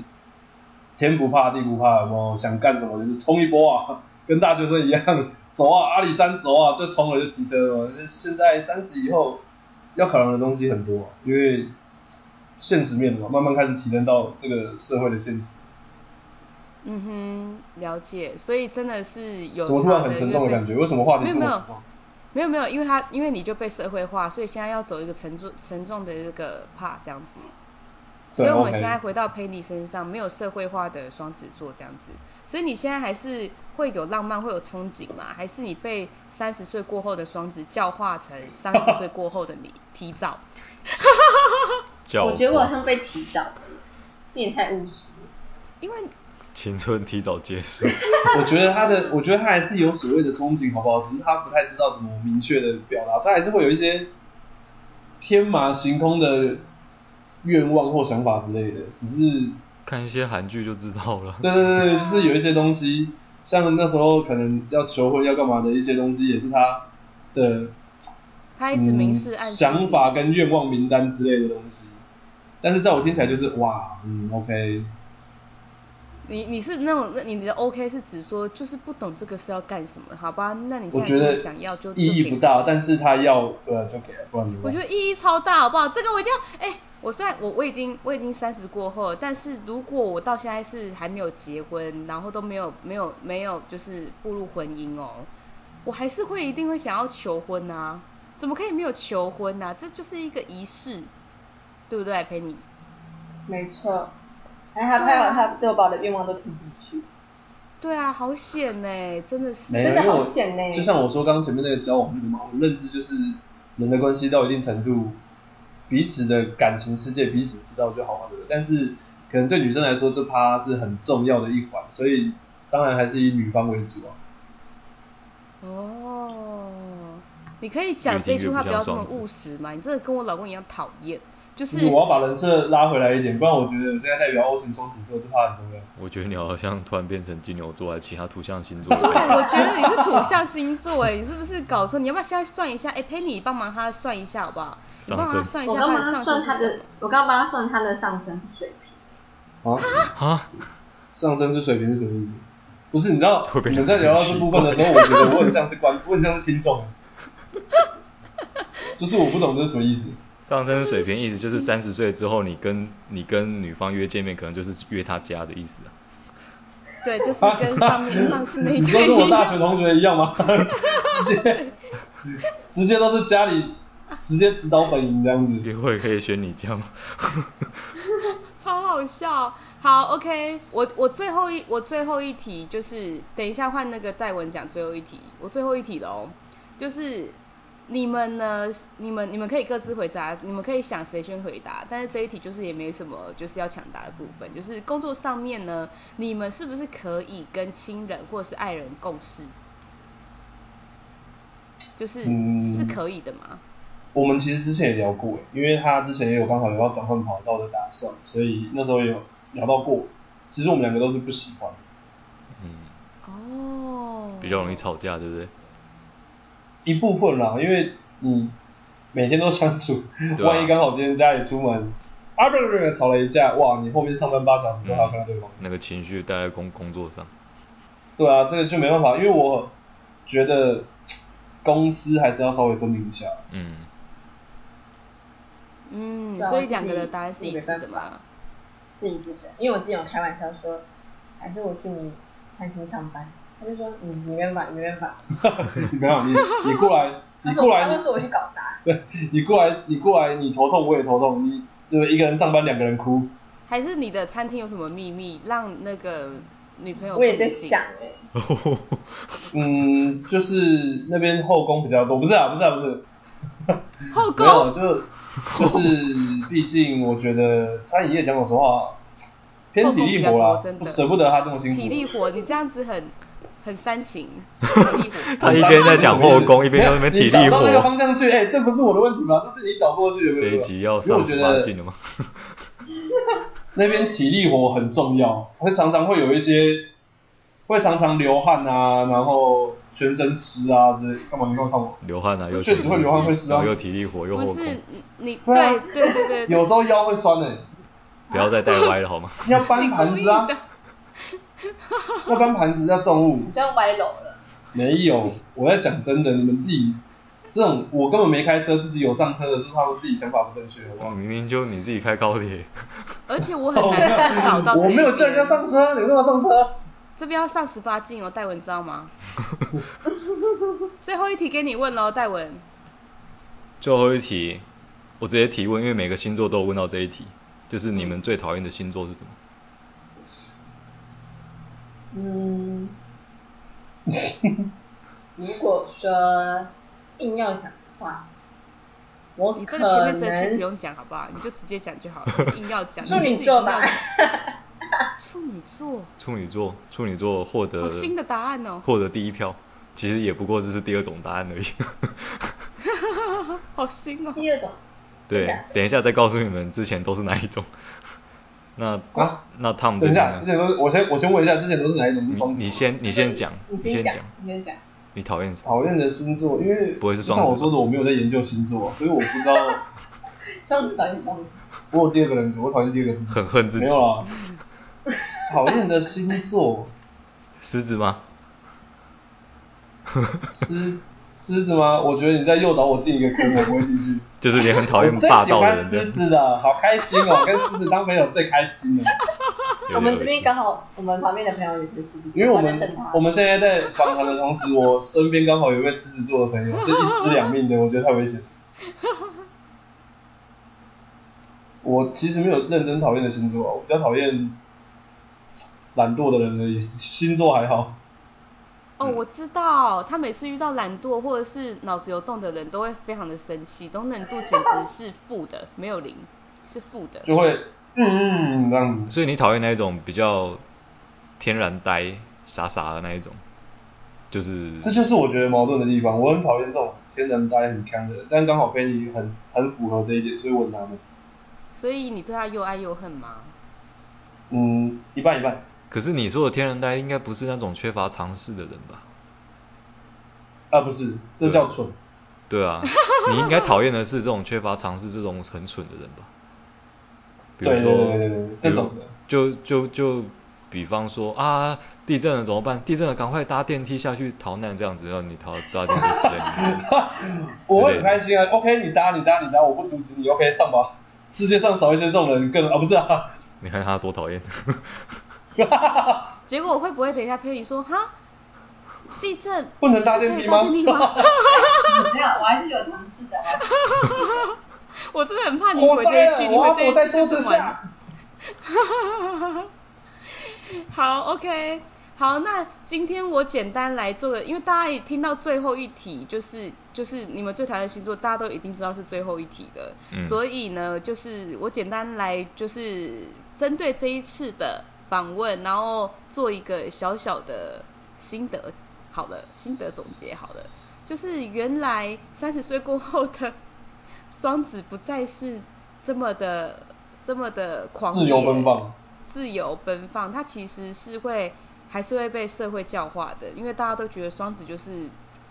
Speaker 3: 天不怕地不怕，我想干什么就是冲一波啊， [laughs] 跟大学生一样，走啊，阿里山走啊，就冲了就骑车了。现在三十以后要考量的东西很多、啊因为现实面嘛，慢慢开始体认到这个社会的现实。
Speaker 2: 嗯哼，了解。所以真的是有
Speaker 3: 怎么突然
Speaker 2: 差
Speaker 3: 很
Speaker 2: 的
Speaker 3: 沉
Speaker 2: 因
Speaker 3: 重的
Speaker 2: 为
Speaker 3: 感觉？
Speaker 2: 被
Speaker 3: 为什么话题
Speaker 2: 没
Speaker 3: 这
Speaker 2: 有
Speaker 3: 么
Speaker 2: 没
Speaker 3: 沉
Speaker 2: 有
Speaker 3: 重？
Speaker 2: 没有没有，因为他因为你就被社会化，所以现在要走一个沉重沉重的这个 part 这样子。所
Speaker 3: 对
Speaker 2: 以我们
Speaker 3: OK
Speaker 2: 现在回到 Penny 身上，没有社会化的双子座这样子。所以你现在还是会有浪漫，会有憧憬嘛？还是你被三十岁过后的双子教化成三十岁过后的你，提早？
Speaker 1: 叫
Speaker 4: 我觉得我好像被提早了，你也太务实了。
Speaker 2: 因为
Speaker 1: 青春提早结束。
Speaker 3: 我觉得他的， [laughs] 我觉得他还是有所谓的憧憬，好不好？只是他不太知道怎么明确的表达，他还是会有一些天马行空的愿望或想法之类的。只是，
Speaker 1: 看一些韩剧就知道了。
Speaker 3: 对对对，对就是有一些东西，像那时候可能要求婚要干嘛的一些东西，也是他的
Speaker 2: 他一直明
Speaker 3: 嗯
Speaker 2: 示暗示、
Speaker 3: 想法跟愿望名单之类的东西。但是在我听起来就是哇，嗯，OK，
Speaker 2: 你你是那种那你的 OK 是指说就是不懂这个是要干什么，好吧？那你既
Speaker 3: 我
Speaker 2: 然
Speaker 3: 觉
Speaker 2: 这
Speaker 3: 得
Speaker 2: 么想要就
Speaker 3: 意义不。
Speaker 2: 就给
Speaker 3: 大，但是他要对啊就给了，不然没办法
Speaker 2: 我觉得意义超大，好不好？这个我一定要，哎、我虽然我我已经我已经三十过后了，但是如果我到现在是还没有结婚，然后都没有没有没有就是步入婚姻哦，我还是会一定会想要求婚啊，怎么可以没有求婚呢、这就是一个仪式，对不对，陪你？
Speaker 4: 没错，哎然后他拍好，他对我啊把我的愿望都听进去。
Speaker 2: 对啊，好险呢、真的是。
Speaker 3: 没有，
Speaker 4: 真的
Speaker 3: 因为
Speaker 4: 好
Speaker 3: 我
Speaker 4: 险欸
Speaker 3: 就像我说刚刚前面那个交往那个嘛，我认知就是人的关系到一定程度，彼此的感情世界彼此知道就好了。但是可能对女生来说，这趴是很重要的一环，所以当然还是以女方为主啊。
Speaker 2: 哦，你可以讲
Speaker 1: 越
Speaker 2: 这
Speaker 1: 听
Speaker 2: 句
Speaker 1: 越
Speaker 2: 话
Speaker 1: 不
Speaker 2: 不要
Speaker 1: 像
Speaker 2: 这么
Speaker 1: 双子
Speaker 2: 务实嘛，你真的跟我老公一样讨厌，就是
Speaker 3: 我要把人设拉回来一点，不然我觉得我现在代表 [laughs] O 型双子座这趴很重要。
Speaker 1: 我觉得你好像突然变成金牛座，还是其他土象星座
Speaker 2: 对， [laughs] 我觉得你是土象星座哎，你是不是搞错？你要不要现在算一下？哎，Penny 帮忙他算一下好不好？你帮
Speaker 1: 上
Speaker 2: 忙他
Speaker 1: 升
Speaker 2: 算一
Speaker 4: 我
Speaker 2: 下
Speaker 4: 刚
Speaker 2: 他
Speaker 4: 帮
Speaker 2: 的
Speaker 4: 他
Speaker 2: 上
Speaker 4: 算
Speaker 2: 升是
Speaker 4: 他
Speaker 2: 什
Speaker 4: 的
Speaker 2: 么？，
Speaker 4: 我刚帮他算他的上升是水瓶，
Speaker 3: 啊，
Speaker 1: 啊？
Speaker 3: 上升是水平是什么意思？不是，你知道
Speaker 1: 会
Speaker 3: 我
Speaker 1: 被
Speaker 3: 们在聊到这部分
Speaker 1: [laughs]
Speaker 3: 的时候，我觉得我很像是观，我很像是听众，就是我不懂这是什么意思。
Speaker 1: 上升水平意思就是 [laughs] 三十岁之后，你跟你跟女方约见面，可能就是约她家的意思啊。
Speaker 2: 对，就是跟上面上 [laughs] 次那一
Speaker 3: 你说
Speaker 2: 个
Speaker 3: 跟我
Speaker 2: 一
Speaker 3: 大
Speaker 2: 样。
Speaker 3: 学同学一样吗？ [laughs] 直接直接都是家里直接指导本营这样子。
Speaker 1: 约会可以选你家吗？ [laughs]
Speaker 2: 超好笑。好，OK，我我最后一我最后一题就是，等一下换那个戴文讲最后一题，我最后一题了哦，就是你们呢，你们你们可以各自回答，你们可以想谁先回答，但是这一题就是也没什么就是要抢答的部分，就是工作上面呢，你们是不是可以跟亲人或是爱人共事？就是、
Speaker 3: 嗯
Speaker 2: 是可以的吗？
Speaker 3: 我们其实之前也聊过，因为他之前也有刚好聊到转换跑道的打算，所以那时候也有聊到过。其实我们两个都是不喜欢，
Speaker 1: 嗯，
Speaker 2: 哦，
Speaker 1: 比较容易吵架，对不对？
Speaker 3: 一部分啦，因为你每天都相处，
Speaker 1: 对啊
Speaker 3: 万一刚好今天家里出门啊不不不不吵了一架，哇，你后面上班八小时都还要看到对方。
Speaker 1: 那个情绪带在工工作上，
Speaker 3: 对啊，这个就没办法，因为我觉得公司还是要稍微分明一下。
Speaker 1: 嗯，
Speaker 2: 嗯，
Speaker 4: 对啊
Speaker 2: 所以
Speaker 4: 自己
Speaker 2: 两个的答案是一致的
Speaker 4: 没办
Speaker 2: 嘛？
Speaker 4: 是一致的。因为我之前有开玩笑说，还是我去你餐厅上班，他就说嗯，没办法，没办法。
Speaker 3: 你 [laughs] 没有，你你过来，
Speaker 2: [laughs]
Speaker 4: 他
Speaker 3: 你
Speaker 4: 说
Speaker 3: 过
Speaker 4: 他
Speaker 3: 来，
Speaker 4: 就说
Speaker 3: [laughs]
Speaker 4: 我去搞砸，
Speaker 3: 你过来，你过来，你头痛我也头痛，你对不对？一个人上班，两个人哭，
Speaker 2: 还是你的餐厅有什么秘密，让那个女朋友？
Speaker 4: 我也在想。哎、
Speaker 3: 嗯，就是那边后宫比较多，不是啊，不是啊，不是，
Speaker 2: 后
Speaker 3: [laughs] 没有，
Speaker 2: 宫
Speaker 3: 就就是，毕竟我觉得餐饮业讲老实话，偏体力活
Speaker 2: 后宫比较
Speaker 3: 啦
Speaker 2: 多真，的
Speaker 3: 不舍不得他这么辛苦，
Speaker 2: 体力活，你这样子很很煽
Speaker 3: [laughs]
Speaker 2: 情，很力
Speaker 1: 他
Speaker 2: 火。
Speaker 1: 一边在讲后宫，一边在那边体
Speaker 3: 没有
Speaker 1: 力
Speaker 3: 你导到那个
Speaker 1: 活。
Speaker 3: 方向去，哎、这不是我的问题吗？这是你导过去的，
Speaker 1: 这一集要
Speaker 3: 因为我
Speaker 1: 上
Speaker 3: 觉
Speaker 1: 十八
Speaker 3: 得
Speaker 1: 禁了吗？
Speaker 3: 那边体力活很重要，会常常会有一些，会常常流汗啊，然后全身湿啊之类。干嘛？你干嘛看我？
Speaker 1: 流汗啊，又
Speaker 3: 确实
Speaker 1: 体力
Speaker 3: 会流汗会湿啊
Speaker 1: 然后又体力活又
Speaker 2: 不
Speaker 1: 后
Speaker 2: 是
Speaker 1: 宫，
Speaker 2: 你你
Speaker 3: 对啊
Speaker 2: 对对对对对，
Speaker 3: 有时候腰会酸诶、
Speaker 1: 不要再带歪了好
Speaker 2: [laughs]
Speaker 1: 吗？
Speaker 3: 要搬盘
Speaker 2: 故意
Speaker 3: 子
Speaker 2: [laughs]
Speaker 3: 啊，
Speaker 2: 的。
Speaker 3: 要搬盘子要重物
Speaker 4: 你。这样歪楼了，
Speaker 3: 没有，我在讲真的，你们自己这种我根本没开车，自己有上车的，是他们自己想法不正确，好不好？
Speaker 1: 明明就你自己开高铁，
Speaker 2: 而且我很难导到这
Speaker 3: [laughs] 我
Speaker 2: 一
Speaker 3: 没有叫人家
Speaker 2: 边
Speaker 3: 上车，你们干嘛上车？
Speaker 2: 这边要上十八禁哦，戴文知道吗？ [laughs] 最后一题给你问喽，戴文。
Speaker 1: 最后一题，我直接提问，因为每个星座都有问到这一题，就是你
Speaker 2: 嗯
Speaker 1: 们最讨厌的星座是什么？
Speaker 4: 嗯，如果说硬要讲的话，我
Speaker 2: 你
Speaker 4: 可
Speaker 2: 这
Speaker 4: 能
Speaker 2: 个前面这一句不用讲好不好？你就直接讲就好了，硬要
Speaker 3: [laughs]
Speaker 2: 讲。
Speaker 4: 处女座吧
Speaker 2: 你就，是处女座， [laughs]
Speaker 1: 处女座，处女座获
Speaker 2: 好
Speaker 1: 得
Speaker 2: 新的答案哦，
Speaker 1: 获得第一票，其实也不过就是第二种答案而已。 [laughs]
Speaker 2: 好新哦。
Speaker 4: [laughs] 第二种
Speaker 1: 对，等一下再告诉你们之前都是哪一种。那
Speaker 3: 啊
Speaker 1: 那他们
Speaker 3: 等一下，之前都是我先我先问一下，之前都是哪一种是双子？
Speaker 1: 你先你先讲，
Speaker 4: 你
Speaker 1: 先
Speaker 4: 先
Speaker 1: 讲，
Speaker 4: 你先讲。
Speaker 1: 你讨厌什么？
Speaker 3: 讨厌的星座，因为
Speaker 1: 不会是
Speaker 3: 就
Speaker 1: 双子吧
Speaker 3: 像我说的，我没有在研究星座，所以我不知道
Speaker 4: 双子导演双子，
Speaker 3: 我有第二个人格，我讨厌第二个自己，
Speaker 1: 很恨自己
Speaker 3: 没。有
Speaker 1: [laughs]
Speaker 3: 啦。讨厌的星座，
Speaker 1: 狮子吗？
Speaker 3: 狮狮子吗？我觉得你在诱导我进一个坑，我不会进去。
Speaker 1: 就是你很讨
Speaker 3: [laughs] 我
Speaker 1: 厌
Speaker 3: 最
Speaker 1: 霸
Speaker 3: 喜
Speaker 1: 道的
Speaker 3: 欢
Speaker 1: 人这
Speaker 3: 狮
Speaker 1: 样。
Speaker 3: 子的，好开心哦，跟狮子当朋友最开心了。
Speaker 1: 有点
Speaker 4: 啊我们
Speaker 1: 恶
Speaker 4: 这
Speaker 1: 心
Speaker 4: 边刚好，我们旁边的朋友也是狮子座，
Speaker 3: 因为我
Speaker 4: 在等
Speaker 3: 们
Speaker 4: 他
Speaker 3: 我们现在在访谈的同时，我身边刚好有一位狮子座的朋友，是一尸两命
Speaker 4: [laughs]
Speaker 3: 的，我觉得太危险。我其实没有认真讨厌的星座啊，我比较讨厌懒惰的人而已，星座还好。嗯
Speaker 2: 哦，我知道，他每次遇到懒惰或者是脑子有洞的人都会非常的生气，容忍度简直是负的，没有零，是负的。
Speaker 3: 就会嗯嗯这样子。
Speaker 1: 所以你讨厌那一种比较天然呆、傻傻的那一种，就是
Speaker 3: 这就是我觉得矛盾的地方。我很讨厌这种天然呆很强的人，但刚好佩妮很很符合这一点，所以我很纳闷。
Speaker 2: 所以你对他又爱又恨吗？
Speaker 3: 嗯，一半一半。
Speaker 1: 可是你说的天然呆应该不是那种缺乏常识的人吧？
Speaker 3: 啊，不是，这叫蠢。
Speaker 1: 对啊，你应该讨厌的是这种缺乏常识、这种很蠢的人吧？比如
Speaker 3: 对
Speaker 1: 说，
Speaker 3: 对对对对这种的
Speaker 1: 就就就比方说啊，地震了怎么办？地震了，赶快搭电梯下去逃难，这样子，然后你逃搭电梯死在里面
Speaker 3: [laughs] 我会很开心啊。OK，你搭你搭你搭，我不阻止你。OK，上吧。世界上少一些这种人更啊，不是
Speaker 2: [laughs]
Speaker 3: 啊。
Speaker 1: 你看他多讨厌。 [laughs]
Speaker 2: 结果我会不会等一下佩妮说哈，地震
Speaker 3: 不能搭电梯吗
Speaker 2: 可以搭电梯吗 [laughs]
Speaker 4: [laughs] 没有，我还是有尝试的。
Speaker 2: 我真的很怕你
Speaker 3: 火
Speaker 2: 回
Speaker 3: 灾
Speaker 2: 这一
Speaker 3: 了，
Speaker 2: 句，你
Speaker 3: 我要
Speaker 2: 回这
Speaker 3: 躲
Speaker 2: 一
Speaker 3: 在
Speaker 2: 句
Speaker 3: 桌
Speaker 2: 就
Speaker 3: 子
Speaker 2: 更完。
Speaker 3: 下。
Speaker 2: [laughs] 好，OK，好，那今天我简单来做个，因为大家也听到最后一题，就是就是你们最讨厌的星座，大家都一定知道是最后一题的，
Speaker 1: 嗯
Speaker 2: 所以呢，就是我简单来就是针对这一次的访问，然后做一个小小的心得，好了，心得总结好了，就是原来三十岁过后的双子不再是这么的这么的狂野
Speaker 3: 自由奔放。
Speaker 2: 自由奔放，它其实是会还是会被社会教化的，因为大家都觉得双子就是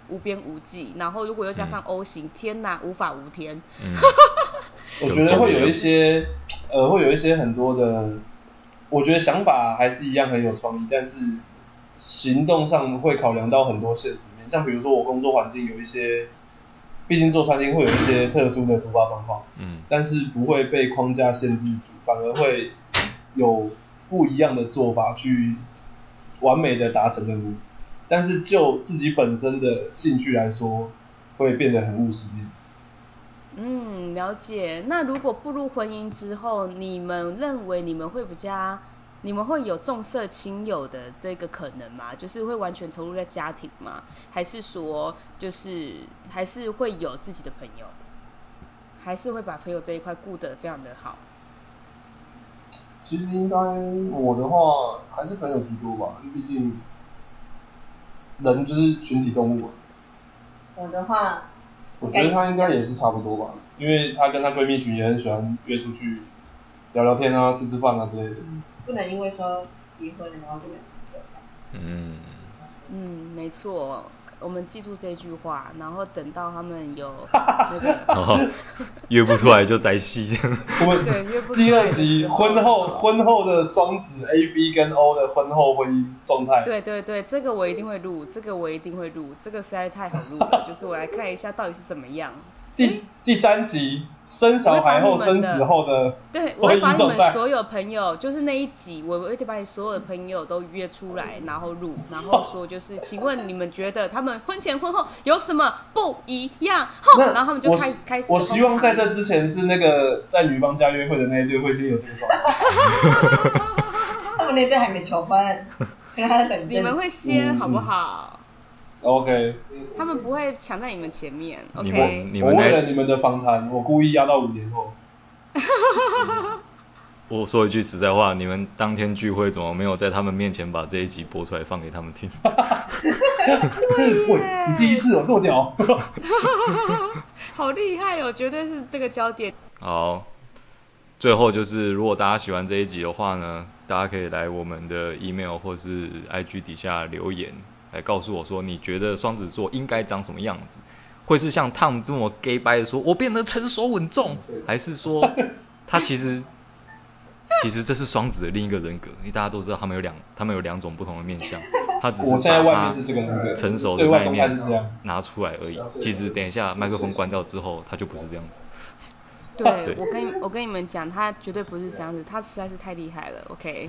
Speaker 2: 无边无际，然后如果又加上
Speaker 1: 嗯
Speaker 2: O 型，天哪，无法无天。
Speaker 1: 嗯，
Speaker 2: [laughs]
Speaker 3: 我觉得会有一些，呃，会有一些很多的，我觉得想法还是一样很有创意，但是行动上会考量到很多现实面，像比如说我工作环境有一些，毕竟做餐厅会有一些特殊的突发状况，
Speaker 1: 嗯
Speaker 3: 但是不会被框架限制住，反而会有不一样的做法去完美的达成任务，但是就自己本身的兴趣来说，会变得很务实面。
Speaker 2: 嗯，了解。那如果步入婚姻之后，你们认为你们会比较，你们会有重色轻友的这个可能吗？就是会完全投入在家庭吗？还是说，就是还是会有自己的朋友，还是会把朋友这一块顾得非常的好？
Speaker 3: 其实应该我的话还是朋友居多吧，毕竟人就是群体动物，啊
Speaker 4: 我的话，
Speaker 3: 我觉得她应该也是差不多吧，因为她跟她闺蜜群也很喜欢约出去聊聊天啊、吃吃饭啊之类的。
Speaker 4: 不能因为说结婚然后就没有了
Speaker 1: 嗯，
Speaker 2: 嗯，没错，我们记住这句话，然后等到他们有那个，
Speaker 1: 好，哦约不出来就宅戏。
Speaker 3: 我
Speaker 2: 对约不出
Speaker 3: 们
Speaker 2: 来
Speaker 3: 第二
Speaker 2: 的
Speaker 3: 集
Speaker 2: 时候嗯
Speaker 3: 婚后婚后的双子 A B 跟 O 的婚后婚姻状态，
Speaker 2: 对对对，这个我一定会录，这个我一定会录，这个实在太好录了，就是我来看一下到底是怎么样。
Speaker 3: 第第三集生小孩后生子后的
Speaker 2: 对，我
Speaker 3: 婚
Speaker 2: 会把
Speaker 3: 姻
Speaker 2: 你
Speaker 3: 状
Speaker 2: 们
Speaker 3: 态，
Speaker 2: 所有朋友，就是那一集，我会把你所有的朋友都约出来，然后录，然后说就是，请问你们觉得他们婚前婚后有什么不一样？哼，
Speaker 3: 那
Speaker 2: 然后他们就
Speaker 3: 我
Speaker 2: 开
Speaker 3: 希
Speaker 2: 开始。
Speaker 3: 我希望在这之前是那个在女方家约会的那一对会先有这个状态。
Speaker 2: [laughs]
Speaker 4: 他们那阵还没
Speaker 1: [laughs]
Speaker 4: 求婚，让他等
Speaker 2: 你们会先好不好？
Speaker 3: OK，
Speaker 2: 他们不会抢在你们前面
Speaker 1: 你
Speaker 2: ，OK？
Speaker 1: 们你
Speaker 3: 我
Speaker 1: 们
Speaker 3: 为了
Speaker 1: 那
Speaker 3: [laughs] 你们的访谈，我故意压到五年后。
Speaker 1: 我说一句实在话，你们当天聚会怎么没有在他们面前把这一集播出来放给他们听？
Speaker 2: 对
Speaker 3: [laughs] 喂，
Speaker 2: 耶，
Speaker 3: 你第一次哦有这么屌？
Speaker 2: 好厉害哦，绝对是这个焦点。
Speaker 1: 好，最后就是如果大家喜欢这一集的话呢，大家可以来我们的 email 或是 IG 底下留言，来告诉我说你觉得双子座应该长什么样子，会是像 Tom 这么 gay 掰的说我变得成熟稳
Speaker 3: [laughs]
Speaker 1: 重，还是说他其实其实这是双子的另一个人格，因为大家都知道他们有两他们有两种不同的面相，他只是
Speaker 3: 我现在
Speaker 1: 把
Speaker 3: 外
Speaker 1: 他
Speaker 3: 面是这个人格
Speaker 1: 成熟的
Speaker 3: 对
Speaker 1: 那
Speaker 3: 外
Speaker 1: 一
Speaker 3: 公开
Speaker 1: 面
Speaker 3: 是这样。啊
Speaker 1: 拿出来而已。其实等一下麦克风关掉之后，他就不是这样子。
Speaker 2: 对，我跟你我跟你们讲，他绝对不是这样子，他实在是太厉害了，OK？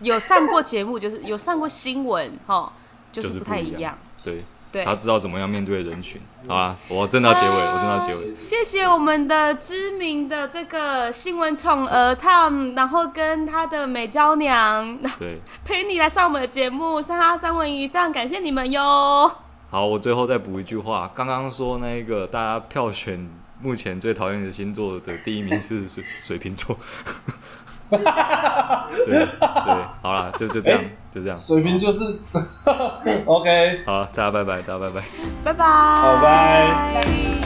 Speaker 2: 有上过节目，就是有上过新闻，哈，就
Speaker 1: 就是
Speaker 2: 不太
Speaker 1: 一
Speaker 2: 样。。
Speaker 1: 对，
Speaker 2: 对啊
Speaker 1: 他知道怎么样面对人群。好啦，我真的要结尾，我真的要结尾。
Speaker 2: 谢谢我们的知名的这个新闻宠儿 Tom，然后跟他的美娇娘 [laughs]
Speaker 1: 对，
Speaker 2: 陪你来上我们的节目三哈三文鱼，非常感谢你们哟。
Speaker 1: 好，我最后再补一句话，刚刚说那个大家票选目前最讨厌的星座的第一名是水水瓶
Speaker 2: [laughs]
Speaker 1: 座。对对，好啦，就就这样
Speaker 3: 哎，
Speaker 1: 就这样。
Speaker 3: 水平就是 [laughs] OK。
Speaker 1: 好，大家拜拜，大家拜拜。
Speaker 2: 拜拜，
Speaker 3: 好拜
Speaker 2: 拜。